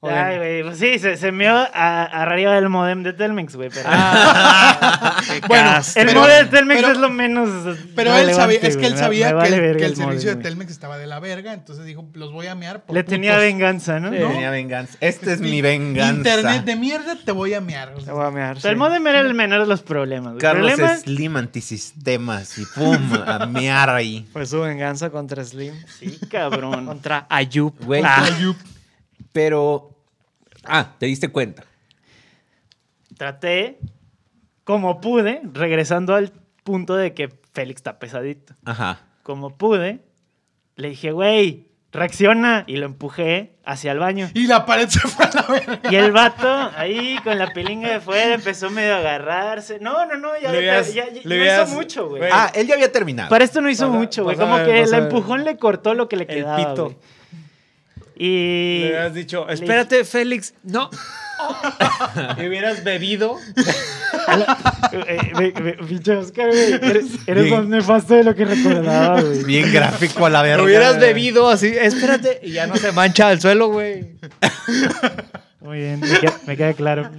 Speaker 6: O de-
Speaker 8: Ay, güey, pues sí, se, se meó a- arriba del modem de Telmex, güey. pero-
Speaker 6: Qué
Speaker 5: Ah. Bueno,
Speaker 6: casto.
Speaker 8: el
Speaker 5: Pero-
Speaker 8: modem de Telmex
Speaker 5: pero-
Speaker 8: es lo menos.
Speaker 5: Pero él sabía, es que él
Speaker 8: relevante,
Speaker 5: sabía
Speaker 8: güey. Me
Speaker 5: que,
Speaker 8: vale
Speaker 5: el-
Speaker 8: verga
Speaker 5: que el,
Speaker 8: modem,
Speaker 5: servicio de
Speaker 8: güey.
Speaker 5: Telmex estaba de la verga, entonces dijo, los voy a mear. por
Speaker 8: Le tenía
Speaker 5: putos".
Speaker 8: venganza, ¿no?
Speaker 6: Sí.
Speaker 8: ¿No?
Speaker 3: Tenía venganza. Esta es mi venganza.
Speaker 5: Internet de mierda, te voy a mear.
Speaker 6: Te voy a mear,
Speaker 8: O sea, el
Speaker 6: sí.
Speaker 8: modem era el menor de los problemas. güey.
Speaker 3: Carlos
Speaker 8: problema,
Speaker 3: Slim antisistemas y pum, a mear ahí.
Speaker 7: Pues
Speaker 6: Fue su venganza contra Slim.
Speaker 8: Sí, cabrón.
Speaker 6: Contra Ayup.
Speaker 3: Güey,
Speaker 6: Ah,
Speaker 3: pero. Ah, te diste cuenta.
Speaker 8: Traté, como pude, regresando al punto de que Félix está pesadito.
Speaker 3: Ajá.
Speaker 8: Como pude, le dije, güey, reacciona. Y lo empujé hacia el baño.
Speaker 5: Y la pared se fue a la verga.
Speaker 8: Y el vato ahí con la pilinga de fuera empezó medio a agarrarse. No, no, no, ya,
Speaker 6: Le
Speaker 8: le
Speaker 6: hubieras-
Speaker 8: ya, ya-
Speaker 6: le
Speaker 8: no
Speaker 6: hubieras-
Speaker 8: hizo mucho, güey.
Speaker 6: güey.
Speaker 3: Ah, él ya había terminado.
Speaker 8: Para esto no hizo
Speaker 6: Vas a-
Speaker 8: mucho, güey.
Speaker 6: vas a
Speaker 8: Como
Speaker 6: ver,
Speaker 8: que
Speaker 6: vas
Speaker 8: el
Speaker 6: a ver.
Speaker 8: empujón le cortó lo que le
Speaker 6: el
Speaker 8: quedaba.
Speaker 6: pito.
Speaker 8: güey. Y
Speaker 6: Le has dicho,
Speaker 8: le-
Speaker 6: espérate, Félix. No,
Speaker 7: Y hubieras bebido.
Speaker 8: Eh, güey, güey, Pinche Oscar, güey. Eres, eres más nefasto de lo que recordaba, güey.
Speaker 3: Bien gráfico a la verga.
Speaker 7: hubieras bebido así. Espérate. Y ya no se mancha el suelo, güey.
Speaker 8: Muy bien, me queda, me queda claro.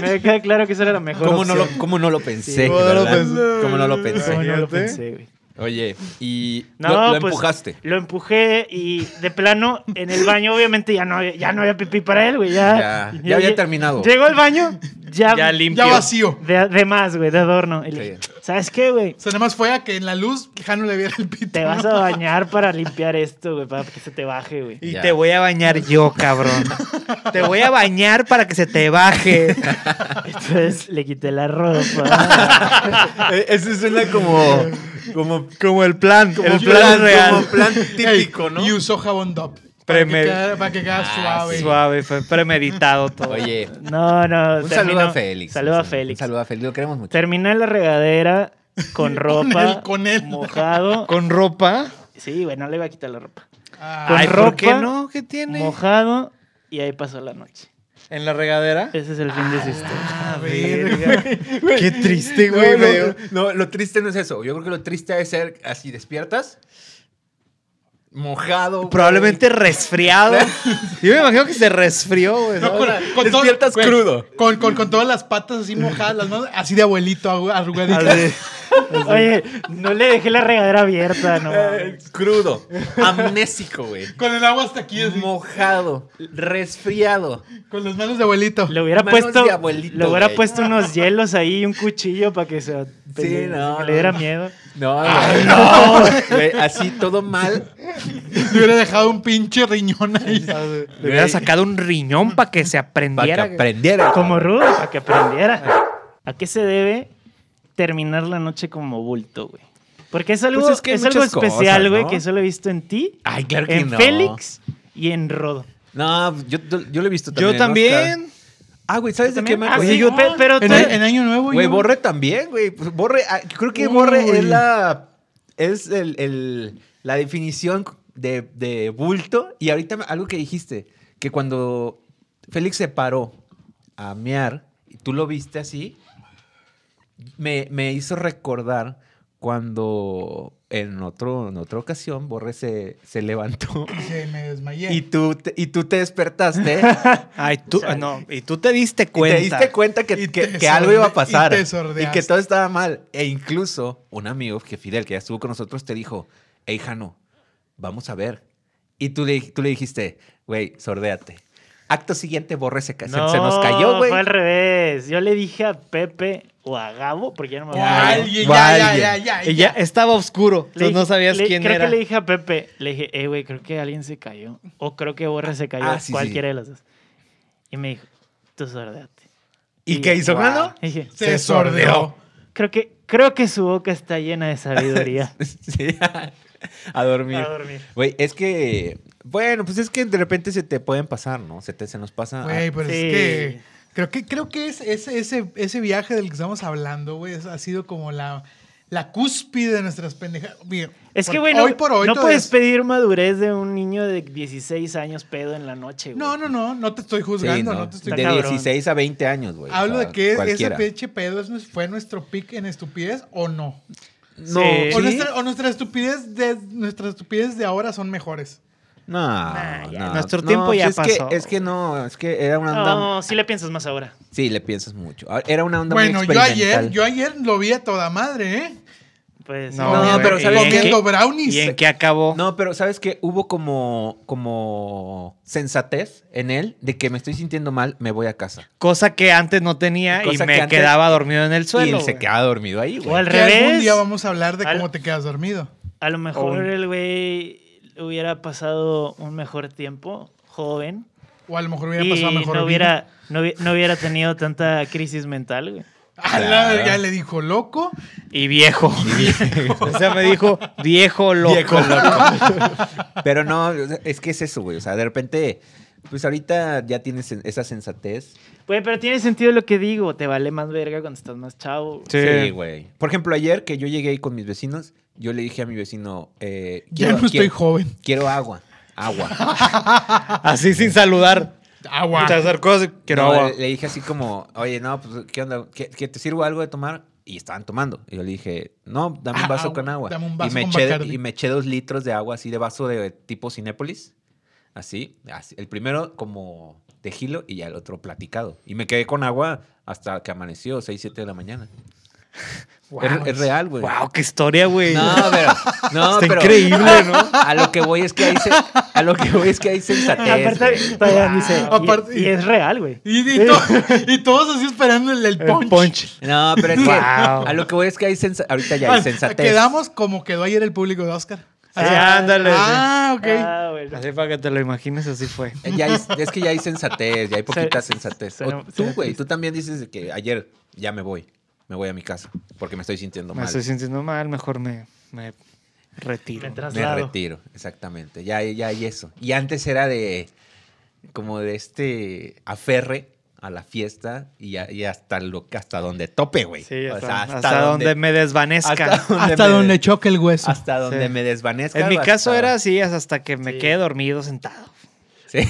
Speaker 8: Me queda claro que eso era lo mejor.
Speaker 3: ¿Cómo no, lo,
Speaker 8: opción.
Speaker 3: cómo no lo pensé?
Speaker 5: ¿Cómo no
Speaker 3: ¿verdad?
Speaker 5: lo pensé?
Speaker 3: ¿Cómo no lo
Speaker 8: ¿Cómo
Speaker 3: pensé?
Speaker 8: no lo
Speaker 5: Fíjate.
Speaker 8: pensé, güey?
Speaker 3: Oye, y
Speaker 8: No,
Speaker 3: lo, lo
Speaker 8: pues,
Speaker 3: empujaste.
Speaker 8: Lo empujé y de plano en el baño, obviamente ya no había, ya no había pipí para él, güey. Ya,
Speaker 3: Ya, ya había terminado.
Speaker 8: Llegó al baño, ya,
Speaker 7: Ya limpio.
Speaker 5: Ya vacío.
Speaker 8: de, de más, güey, de adorno. Y le
Speaker 3: Sí.
Speaker 8: dije, ¿Sabes qué, güey?
Speaker 5: O sea, nada más fue a que en la luz Jano le viera el pito.
Speaker 8: Te vas a bañar para limpiar esto, güey, para que se te baje, güey.
Speaker 7: Y
Speaker 3: Ya.
Speaker 7: te voy a bañar yo, cabrón. te voy a bañar para que se te baje.
Speaker 8: Entonces le quité la ropa.
Speaker 7: E,
Speaker 3: Eh, Ese suena como, como,
Speaker 7: Como el plan.
Speaker 3: como
Speaker 7: el plan real.
Speaker 3: Como plan
Speaker 5: Ey,
Speaker 3: típico, ¿no? Ah,
Speaker 5: Y usó jabón DOP. Para,
Speaker 7: Premed-
Speaker 5: que quedara- para que quede suave.
Speaker 7: Suave, fue premeditado todo.
Speaker 3: Oye,
Speaker 8: No, no.
Speaker 3: un
Speaker 8: terminó-
Speaker 3: saludo a Félix.
Speaker 8: Saludo a
Speaker 3: Un
Speaker 8: Félix.
Speaker 3: Un saludo a Félix, lo queremos mucho.
Speaker 8: Terminé en la regadera con ropa.
Speaker 5: él, con él.
Speaker 8: Mojado.
Speaker 7: Con ropa.
Speaker 8: Sí, güey, no le iba a quitar la ropa.
Speaker 5: Ah,
Speaker 8: Con
Speaker 7: Ay,
Speaker 8: ropa.
Speaker 7: ¿por qué no? ¿Qué tiene?
Speaker 8: Mojado. Y ahí pasó la noche.
Speaker 7: ¿En la regadera?
Speaker 8: Ese es el fin de su historia.
Speaker 5: a ver,
Speaker 7: Verga. Qué triste,
Speaker 3: No,
Speaker 7: güey.
Speaker 3: no,
Speaker 7: me dio-
Speaker 3: no, no, lo triste no es eso. Yo creo que lo triste es ser así, despiertas, mojado. güey.
Speaker 7: Probablemente resfriado. Yo me imagino que se resfrió, güey.
Speaker 5: No,
Speaker 7: ¿no?
Speaker 5: con, con todo-
Speaker 3: Despiertas
Speaker 5: güey,
Speaker 3: crudo.
Speaker 5: Con, con- con todas las patas así mojadas, las manos así de abuelito arru- arrugaditas.
Speaker 8: Oye, no le dejé la regadera abierta, no
Speaker 3: Eh,
Speaker 8: mames.
Speaker 3: crudo, amnésico, güey.
Speaker 5: Con el agua hasta aquí, así,
Speaker 3: Mojado, resfriado.
Speaker 5: con las manos de abuelito.
Speaker 8: Le hubiera
Speaker 3: Manos
Speaker 8: puesto,
Speaker 3: de abuelito,
Speaker 8: le hubiera
Speaker 3: güey.
Speaker 8: puesto unos hielos ahí y un cuchillo para que se
Speaker 3: Sí, no,
Speaker 8: que
Speaker 3: no,
Speaker 8: le diera
Speaker 3: no.
Speaker 8: miedo.
Speaker 3: No, güey, no. güey, así todo mal.
Speaker 5: Le hubiera dejado un pinche riñón ahí.
Speaker 7: Le hubiera sacado un riñón para que se
Speaker 3: Para que
Speaker 7: aprendiera.
Speaker 3: aprendiera.
Speaker 8: Como rudo, para que aprendiera. ¿A qué se debe terminar la noche como bulto, güey? Porque es algo,
Speaker 3: Pues
Speaker 8: es
Speaker 3: es que hay
Speaker 8: algo
Speaker 3: muchas
Speaker 8: especial,
Speaker 3: cosas,
Speaker 8: güey,
Speaker 3: ¿no?
Speaker 8: que solo he visto en ti,
Speaker 3: Ay, claro que
Speaker 8: en
Speaker 3: no.
Speaker 8: Félix y en Rodo.
Speaker 3: No, yo, yo lo he visto también.
Speaker 7: Yo
Speaker 3: en Oscar.
Speaker 7: también.
Speaker 3: Ah, güey, ¿sabes de qué me
Speaker 8: Ah,
Speaker 3: acordé?
Speaker 8: sí,
Speaker 3: Yo-
Speaker 8: pe- pero tú-
Speaker 5: En, en Año Nuevo,
Speaker 3: Güey,
Speaker 5: yo-
Speaker 3: Borre también, güey. Pues, Borre, ah, creo que Borre
Speaker 5: Uy.
Speaker 3: es la. Es el, el- la definición de, de bulto. Y ahorita me- algo que dijiste, que cuando Félix se paró a mear, y tú lo viste así, me, me hizo recordar cuando en, otro, en otra ocasión Borre se, se levantó.
Speaker 5: Que me desmayé.
Speaker 3: Y tú, te- y tú te despertaste
Speaker 7: Ay, tú, ah, no. Y tú te diste
Speaker 3: y
Speaker 7: cuenta.
Speaker 3: te diste cuenta
Speaker 5: Y
Speaker 3: que, que-
Speaker 5: te
Speaker 3: que algo
Speaker 5: sorde-
Speaker 3: iba a pasar.
Speaker 5: y te
Speaker 3: Y,
Speaker 5: sordeaste.
Speaker 3: que todo estaba mal. E incluso un amigo, que Fidel, que ya estuvo con nosotros, te dijo, hey, Jano, vamos a ver. Y tú le, tú le dijiste, güey, sordéate. Acto siguiente, Borre se, ca- se- se nos cayó, güey.
Speaker 8: Fue al revés. Yo le dije a Pepe o a Gabo, porque ya no
Speaker 5: O
Speaker 8: me acuerdo.
Speaker 5: a alguien,
Speaker 3: o
Speaker 5: ya,
Speaker 3: a
Speaker 5: ya,
Speaker 3: alguien.
Speaker 5: ya, ya,
Speaker 7: Y ya estaba oscuro.
Speaker 8: Le
Speaker 7: Tú no
Speaker 8: dije-
Speaker 7: sabías
Speaker 8: le-
Speaker 7: quién
Speaker 8: creo
Speaker 7: era.
Speaker 8: que le dije a Pepe, le dije, eh, güey, creo que alguien se cayó. O creo que Borre se cayó,
Speaker 3: Ah, sí, sí.
Speaker 8: cualquiera de las dos. Y me dijo, tú sordeate.
Speaker 3: ¿Y qué hizo,
Speaker 8: Wow.
Speaker 3: Jano?
Speaker 8: Y dije,
Speaker 5: Se sordeó.
Speaker 8: creo que, creo que su boca está llena de sabiduría.
Speaker 3: Sí, a dormir.
Speaker 8: A dormir.
Speaker 3: Güey, es que... Bueno, pues es que de repente se te pueden pasar, ¿no? Se, te, se nos pasa...
Speaker 5: Güey, pero
Speaker 8: Ah, Sí.
Speaker 5: es que creo que creo que es, es- ese, ese viaje del que estamos hablando, güey, es- ha sido como la, la cúspide de nuestras pendejadas.
Speaker 8: Es que, güey, no,
Speaker 5: hoy por hoy
Speaker 8: no
Speaker 5: todavía
Speaker 8: puedes
Speaker 5: es-
Speaker 8: pedir madurez de un niño de 16 años pedo en la noche, güey.
Speaker 5: No, no, no, no te estoy
Speaker 3: Sí,
Speaker 5: juzgando,
Speaker 3: ¿no?
Speaker 5: no te estoy
Speaker 3: de
Speaker 8: cabrón.
Speaker 3: 16 a 20 años, güey. o
Speaker 5: Hablo
Speaker 3: sea,
Speaker 5: de que
Speaker 3: cualquiera.
Speaker 5: ese pinche pedo es nues- fue nuestro pick en estupidez o no.
Speaker 3: No,
Speaker 7: Sí.
Speaker 5: O, nuestra, o nuestra estupidez de nuestras estupidez de ahora son mejores.
Speaker 3: No,
Speaker 7: ya,
Speaker 3: no,
Speaker 7: nuestro
Speaker 3: no,
Speaker 7: tiempo
Speaker 3: pues
Speaker 7: ya
Speaker 3: es
Speaker 7: pasó.
Speaker 3: Que, es que no, es que era una onda.
Speaker 8: No, sí le piensas más ahora.
Speaker 3: Sí, le piensas mucho. Ah, Era una onda
Speaker 5: Bueno,
Speaker 3: muy
Speaker 5: yo
Speaker 3: experimental.
Speaker 5: ayer, yo ayer lo vi a toda madre, ¿eh?
Speaker 8: Pues,
Speaker 7: No,
Speaker 3: No,
Speaker 7: güey,
Speaker 3: pero
Speaker 7: ¿y
Speaker 3: ¿sabes
Speaker 7: en
Speaker 5: comiendo
Speaker 7: qué-
Speaker 5: brownies.
Speaker 7: ¿Y en qué acabó?
Speaker 3: No, pero sabes que hubo como, como sensatez en él de que me estoy sintiendo mal, me voy a casa.
Speaker 7: Cosa que antes no tenía y
Speaker 3: Cosa que
Speaker 7: me
Speaker 3: antes-
Speaker 7: quedaba dormido en el suelo.
Speaker 3: y él se
Speaker 7: güey.
Speaker 3: quedaba dormido ahí,
Speaker 8: o al
Speaker 3: güey.
Speaker 5: Que algún
Speaker 8: revés.
Speaker 5: día vamos a hablar de
Speaker 8: Al-
Speaker 5: cómo te quedas dormido.
Speaker 8: A lo mejor
Speaker 7: un-
Speaker 8: el güey hubiera pasado un mejor tiempo, joven,
Speaker 5: O a lo mejor hubiera
Speaker 8: y
Speaker 5: pasado mejor. vida.
Speaker 8: no, hubiera, no, hubi- no hubiera tenido tanta crisis mental, güey.
Speaker 5: A la
Speaker 3: Claro.
Speaker 5: verga, le dijo loco.
Speaker 7: Y viejo. o sea, me dijo, viejo loco.
Speaker 3: Viejo loco. pero no, o sea, es que es eso, güey. O sea, de repente, pues ahorita ya tienes en- esa sensatez.
Speaker 8: Güey, pero tiene sentido lo que digo, te vale más verga cuando estás más chavo. güey.
Speaker 7: Sí.
Speaker 3: Sí, güey. Por ejemplo, ayer que yo llegué ahí con mis vecinos, yo le dije a mi vecino, eh,
Speaker 5: Ya
Speaker 3: quiero-
Speaker 5: no estoy
Speaker 3: quiero-
Speaker 5: joven.
Speaker 3: Quiero agua. Agua.
Speaker 7: Así sin saludar.
Speaker 5: Agua.
Speaker 7: Se acercó así, quiero
Speaker 3: No, eh,
Speaker 7: agua.
Speaker 3: Le, le dije así como, oye, no, pues, ¿qué onda? ¿Que, que te sirvo algo de tomar? Y estaban tomando. Y yo le dije, no, dame
Speaker 5: Ah,
Speaker 3: un vaso
Speaker 5: agua,
Speaker 3: con agua.
Speaker 5: dame un
Speaker 3: y,
Speaker 5: vaso
Speaker 3: me
Speaker 5: con
Speaker 3: eché,
Speaker 5: Bacardi.
Speaker 3: y me eché dos litros de agua así de vaso de tipo Cinépolis. Así, así. El primero como de gilo y ya el otro platicado. Y me quedé con agua hasta que amaneció, 6, 7 de la mañana.
Speaker 6: Wow.
Speaker 3: es, es real, güey.
Speaker 7: Wow, qué historia, güey.
Speaker 3: No, pero, no,
Speaker 7: Está
Speaker 3: pero-
Speaker 7: increíble, ¿no?
Speaker 3: A lo que voy es que hay, se- a lo que voy es que hay sensatez.
Speaker 8: Aparte,
Speaker 3: güey.
Speaker 8: todavía dice, y-
Speaker 5: Aparte-
Speaker 8: y, es real, güey.
Speaker 5: Y, y to- y todos así esperando el, el
Speaker 7: El
Speaker 5: punch.
Speaker 7: punch.
Speaker 3: No, pero es que
Speaker 7: Wow.
Speaker 3: a lo que voy es que hay sensa- ahorita ya
Speaker 5: Ah,
Speaker 3: hay sensatez.
Speaker 5: Quedamos como quedó ayer el público de Oscar.
Speaker 7: Así, ándale. sí.
Speaker 5: Ah, ok.
Speaker 8: Ah, bueno.
Speaker 7: Así para que te lo imagines, así fue.
Speaker 3: Eh, ya hay- es que ya hay sensatez, ya hay poquita sensatez.
Speaker 8: se-
Speaker 3: O
Speaker 8: se-
Speaker 3: tú, güey, tú también dices de que ayer ya me voy, me voy a mi casa porque me estoy sintiendo
Speaker 6: Me
Speaker 3: mal.
Speaker 6: estoy sintiendo mal, mejor me, me retiro.
Speaker 8: Me
Speaker 3: me
Speaker 8: traslado.
Speaker 3: retiro, exactamente. Ya, hay- ya hay eso. Y antes era de como de este aferre a la fiesta y, a- y hasta lo hasta donde tope, güey.
Speaker 7: Sí,
Speaker 3: O
Speaker 7: hasta,
Speaker 3: sea,
Speaker 7: hasta donde, me desvanezca.
Speaker 3: Pues hasta donde
Speaker 5: Hasta
Speaker 3: me-
Speaker 5: donde choque el hueso.
Speaker 3: hasta donde
Speaker 7: Sí.
Speaker 3: me desvanezca.
Speaker 6: En mi
Speaker 3: hasta-
Speaker 6: caso era así, es hasta que me
Speaker 8: Sí.
Speaker 6: quedé dormido sentado.
Speaker 3: Sí.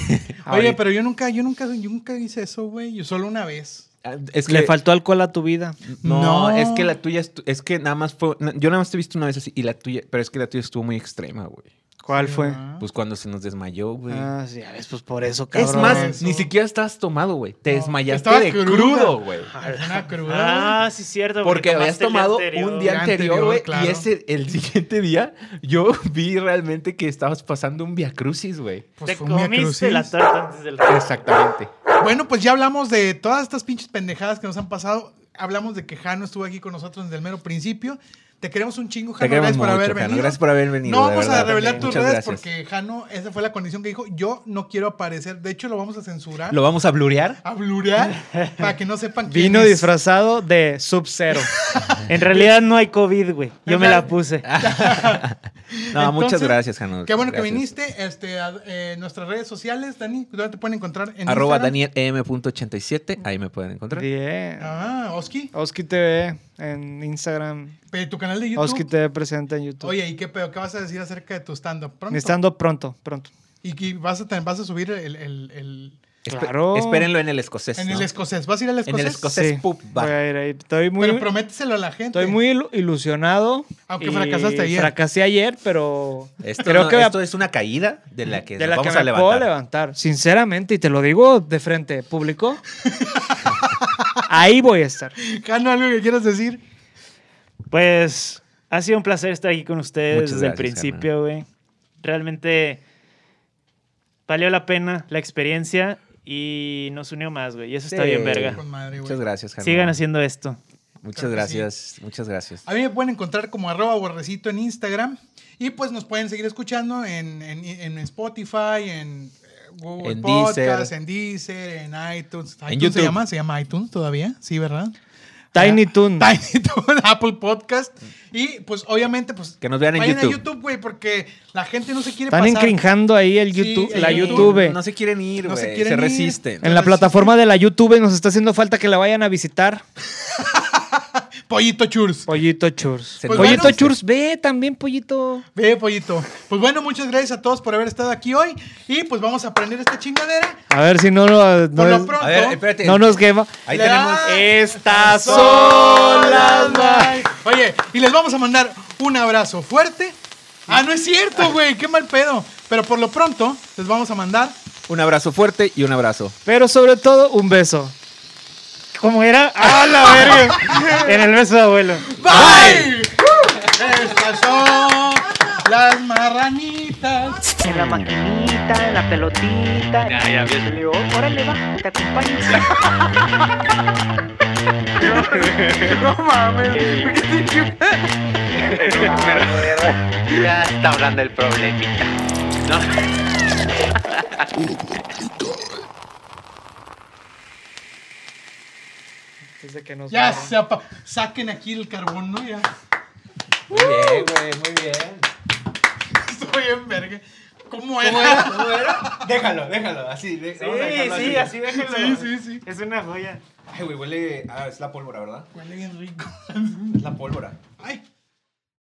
Speaker 5: Oye, pero yo nunca, yo nunca, yo nunca hice eso, güey. Yo solo una vez.
Speaker 3: Es
Speaker 6: ¿Le
Speaker 3: que-
Speaker 6: faltó alcohol a tu vida?
Speaker 3: No,
Speaker 5: No.
Speaker 3: es que la tuya estu- es que nada más fue na- yo nada más te he visto una vez así y la tuya, pero es que la tuya estuvo muy extrema, güey.
Speaker 6: ¿Cuál fue?
Speaker 5: Ah.
Speaker 3: Pues cuando se nos desmayó, güey.
Speaker 6: Ah, sí, a ver, pues por eso, cabrón.
Speaker 3: es más,
Speaker 5: eso.
Speaker 3: ni siquiera estabas tomado, güey. Te
Speaker 5: No,
Speaker 3: desmayaste
Speaker 5: estaba
Speaker 3: de
Speaker 5: cruda.
Speaker 3: crudo, güey.
Speaker 5: Una cruda.
Speaker 8: Ah, sí, cierto.
Speaker 3: Porque habías
Speaker 8: tomaste el
Speaker 3: tomado
Speaker 8: anterior.
Speaker 3: un día
Speaker 5: El
Speaker 3: anterior,
Speaker 5: anterior,
Speaker 3: güey,
Speaker 5: claro.
Speaker 3: y ese el siguiente día yo vi realmente que estabas pasando un via crucis, güey.
Speaker 5: Pues
Speaker 8: Te
Speaker 5: fue un Via
Speaker 8: comiste la
Speaker 5: Crucis.
Speaker 8: torta antes del
Speaker 3: Exactamente.
Speaker 5: Bueno, pues ya hablamos de todas estas pinches pendejadas que nos han pasado. Hablamos de que Jano estuvo aquí con nosotros desde el mero principio. Te queremos un chingo,
Speaker 3: Te
Speaker 5: Jano.
Speaker 3: queremos
Speaker 5: Gracias por
Speaker 3: mucho,
Speaker 5: haber
Speaker 3: Jano.
Speaker 5: venido.
Speaker 3: Gracias por haber venido.
Speaker 5: No
Speaker 3: de
Speaker 5: vamos a
Speaker 3: verdad.
Speaker 5: revelar tus
Speaker 3: Muchas
Speaker 5: redes
Speaker 3: gracias.
Speaker 5: porque Jano, esa fue la condición que dijo. Yo no quiero aparecer. De hecho, lo vamos a censurar.
Speaker 3: lo vamos a blurear.
Speaker 5: A blurear para que no sepan quién
Speaker 7: Vino
Speaker 5: es.
Speaker 7: disfrazado de Sub-Zero.
Speaker 8: En realidad no hay COVID, güey. Yo me la puse.
Speaker 3: No, muchas
Speaker 5: Entonces,
Speaker 3: gracias, Jano.
Speaker 5: Qué bueno
Speaker 3: Gracias.
Speaker 5: que viniste. Este, a- eh, nuestras redes sociales, Dani, ¿dónde te pueden encontrar? En
Speaker 3: Arroba
Speaker 5: Instagram?
Speaker 3: DanielM.87, ahí me pueden encontrar.
Speaker 6: Bien.
Speaker 5: Ah, Oski.
Speaker 6: Oski TV en Instagram.
Speaker 5: eh, Tu canal de YouTube.
Speaker 6: Oski TV presente en YouTube.
Speaker 5: Oye, ¿y qué pedo? ¿Qué vas a decir acerca de tu stand-up? Pronto.
Speaker 6: Mi stand-up pronto, pronto.
Speaker 5: Y que vas a, ten- vas a subir el, el- el-
Speaker 3: Espe-
Speaker 6: Claro.
Speaker 3: Espérenlo en el escocés.
Speaker 5: en
Speaker 3: Pues ¿no?
Speaker 5: el escocés. ¿Vas a ir al
Speaker 3: En
Speaker 5: escocés?
Speaker 3: el escocés
Speaker 6: Sí.
Speaker 3: pub bar.
Speaker 6: Voy a ir ahí. Estoy muy,
Speaker 5: Pero prométeselo a la gente.
Speaker 6: estoy muy ilu- ilusionado.
Speaker 5: Aunque
Speaker 6: y
Speaker 5: fracasaste ayer.
Speaker 6: Fracasé ayer, pero
Speaker 3: Esto,
Speaker 6: creo
Speaker 3: no-
Speaker 6: que me-
Speaker 3: esto es una caída de la que
Speaker 6: de
Speaker 3: nos
Speaker 6: la que
Speaker 3: vamos
Speaker 6: me
Speaker 3: a
Speaker 6: puedo
Speaker 3: levantar.
Speaker 6: levantar. Sinceramente, y te lo digo de frente, público. ahí voy a estar.
Speaker 5: Jano, ¿algo que quieras decir?
Speaker 8: Pues ha sido un placer estar aquí con ustedes
Speaker 3: Muchas
Speaker 8: desde el
Speaker 3: gracias,
Speaker 8: principio, güey. Realmente valió la pena la experiencia y nos unió más, güey. Y eso está
Speaker 3: Sí.
Speaker 8: bien, verga.
Speaker 5: Con madre, güey.
Speaker 3: Muchas gracias, Jano.
Speaker 8: Sigan haciendo esto.
Speaker 3: Muchas
Speaker 5: Creo que
Speaker 3: gracias, muchas gracias.
Speaker 5: A mí me pueden encontrar como arroba borrecito en Instagram. Y pues nos pueden seguir escuchando en, en- en Spotify, en eh, Google
Speaker 3: En
Speaker 5: Podcast,
Speaker 3: Deezer.
Speaker 5: en Deezer, en iTunes. ¿iTunes se
Speaker 3: YouTube.
Speaker 5: llama? ¿Se llama iTunes todavía? Sí, ¿verdad?
Speaker 6: Tiny
Speaker 3: Mm.
Speaker 6: Toon.
Speaker 5: Tiny Toon, Apple Podcast. Y pues obviamente, pues.
Speaker 3: Que nos vean en
Speaker 5: vayan
Speaker 3: YouTube.
Speaker 5: a YouTube, güey, porque la gente no se quiere
Speaker 6: Están
Speaker 5: pasar.
Speaker 6: encrinjando ahí el
Speaker 5: Sí,
Speaker 6: YouTube,
Speaker 5: el
Speaker 6: la
Speaker 5: YouTube.
Speaker 6: YouTube.
Speaker 3: No se quieren ir,
Speaker 5: No
Speaker 3: güey.
Speaker 5: se
Speaker 3: se,
Speaker 5: quieren ir.
Speaker 3: resisten.
Speaker 6: En la plataforma de la YouTube nos está haciendo falta que la vayan a visitar.
Speaker 5: Pollito Churs.
Speaker 6: Pollito Churs.
Speaker 3: Se-
Speaker 6: Pollito
Speaker 5: Pues bueno,
Speaker 6: Churs, ve también, Pollito.
Speaker 5: Ve, pollito. Pues bueno, muchas gracias a todos por haber estado aquí hoy. Y pues vamos a aprender esta chingadera.
Speaker 6: A ver si no, no,
Speaker 5: Por lo
Speaker 6: no-
Speaker 5: pronto.
Speaker 3: A ver, espérate.
Speaker 6: no nos quema.
Speaker 3: Ahí
Speaker 5: Le
Speaker 3: tenemos.
Speaker 5: da-
Speaker 6: Estas
Speaker 5: son
Speaker 6: son las ma-
Speaker 5: Oye, y les vamos a mandar un abrazo fuerte. Ah, no es cierto, güey, qué mal pedo. Pero por lo pronto, les vamos a mandar.
Speaker 3: Un abrazo fuerte y un abrazo.
Speaker 6: Pero sobre todo, un beso.
Speaker 8: ¿Cómo era? ¡A la verga! en el beso de abuelo.
Speaker 5: ¡Bye! Estas son las marranitas.
Speaker 2: En la maquinita, en la pelotita.
Speaker 4: Ya, ya, bien.
Speaker 2: Le digo, órale, va, te acompaño. no, no mames, ¿por qué te chupas?
Speaker 4: Ya está hablando el problemita. No.
Speaker 5: Ya se apa- Saquen aquí el carbón, ¿no? Ya.
Speaker 3: Muy bien, güey, muy bien.
Speaker 5: Estoy en verga. ¿Cómo
Speaker 3: era?
Speaker 5: era?
Speaker 3: ¿Cómo era? Déjalo, déjalo, así. de- vamos a dejarlo
Speaker 5: Sí,
Speaker 8: déjenlo.
Speaker 5: sí, sí.
Speaker 8: Es una joya.
Speaker 3: Ay, güey, huele. Ah, es la pólvora, ¿verdad?
Speaker 5: Huele bien rico.
Speaker 3: Es la pólvora.
Speaker 5: Ay.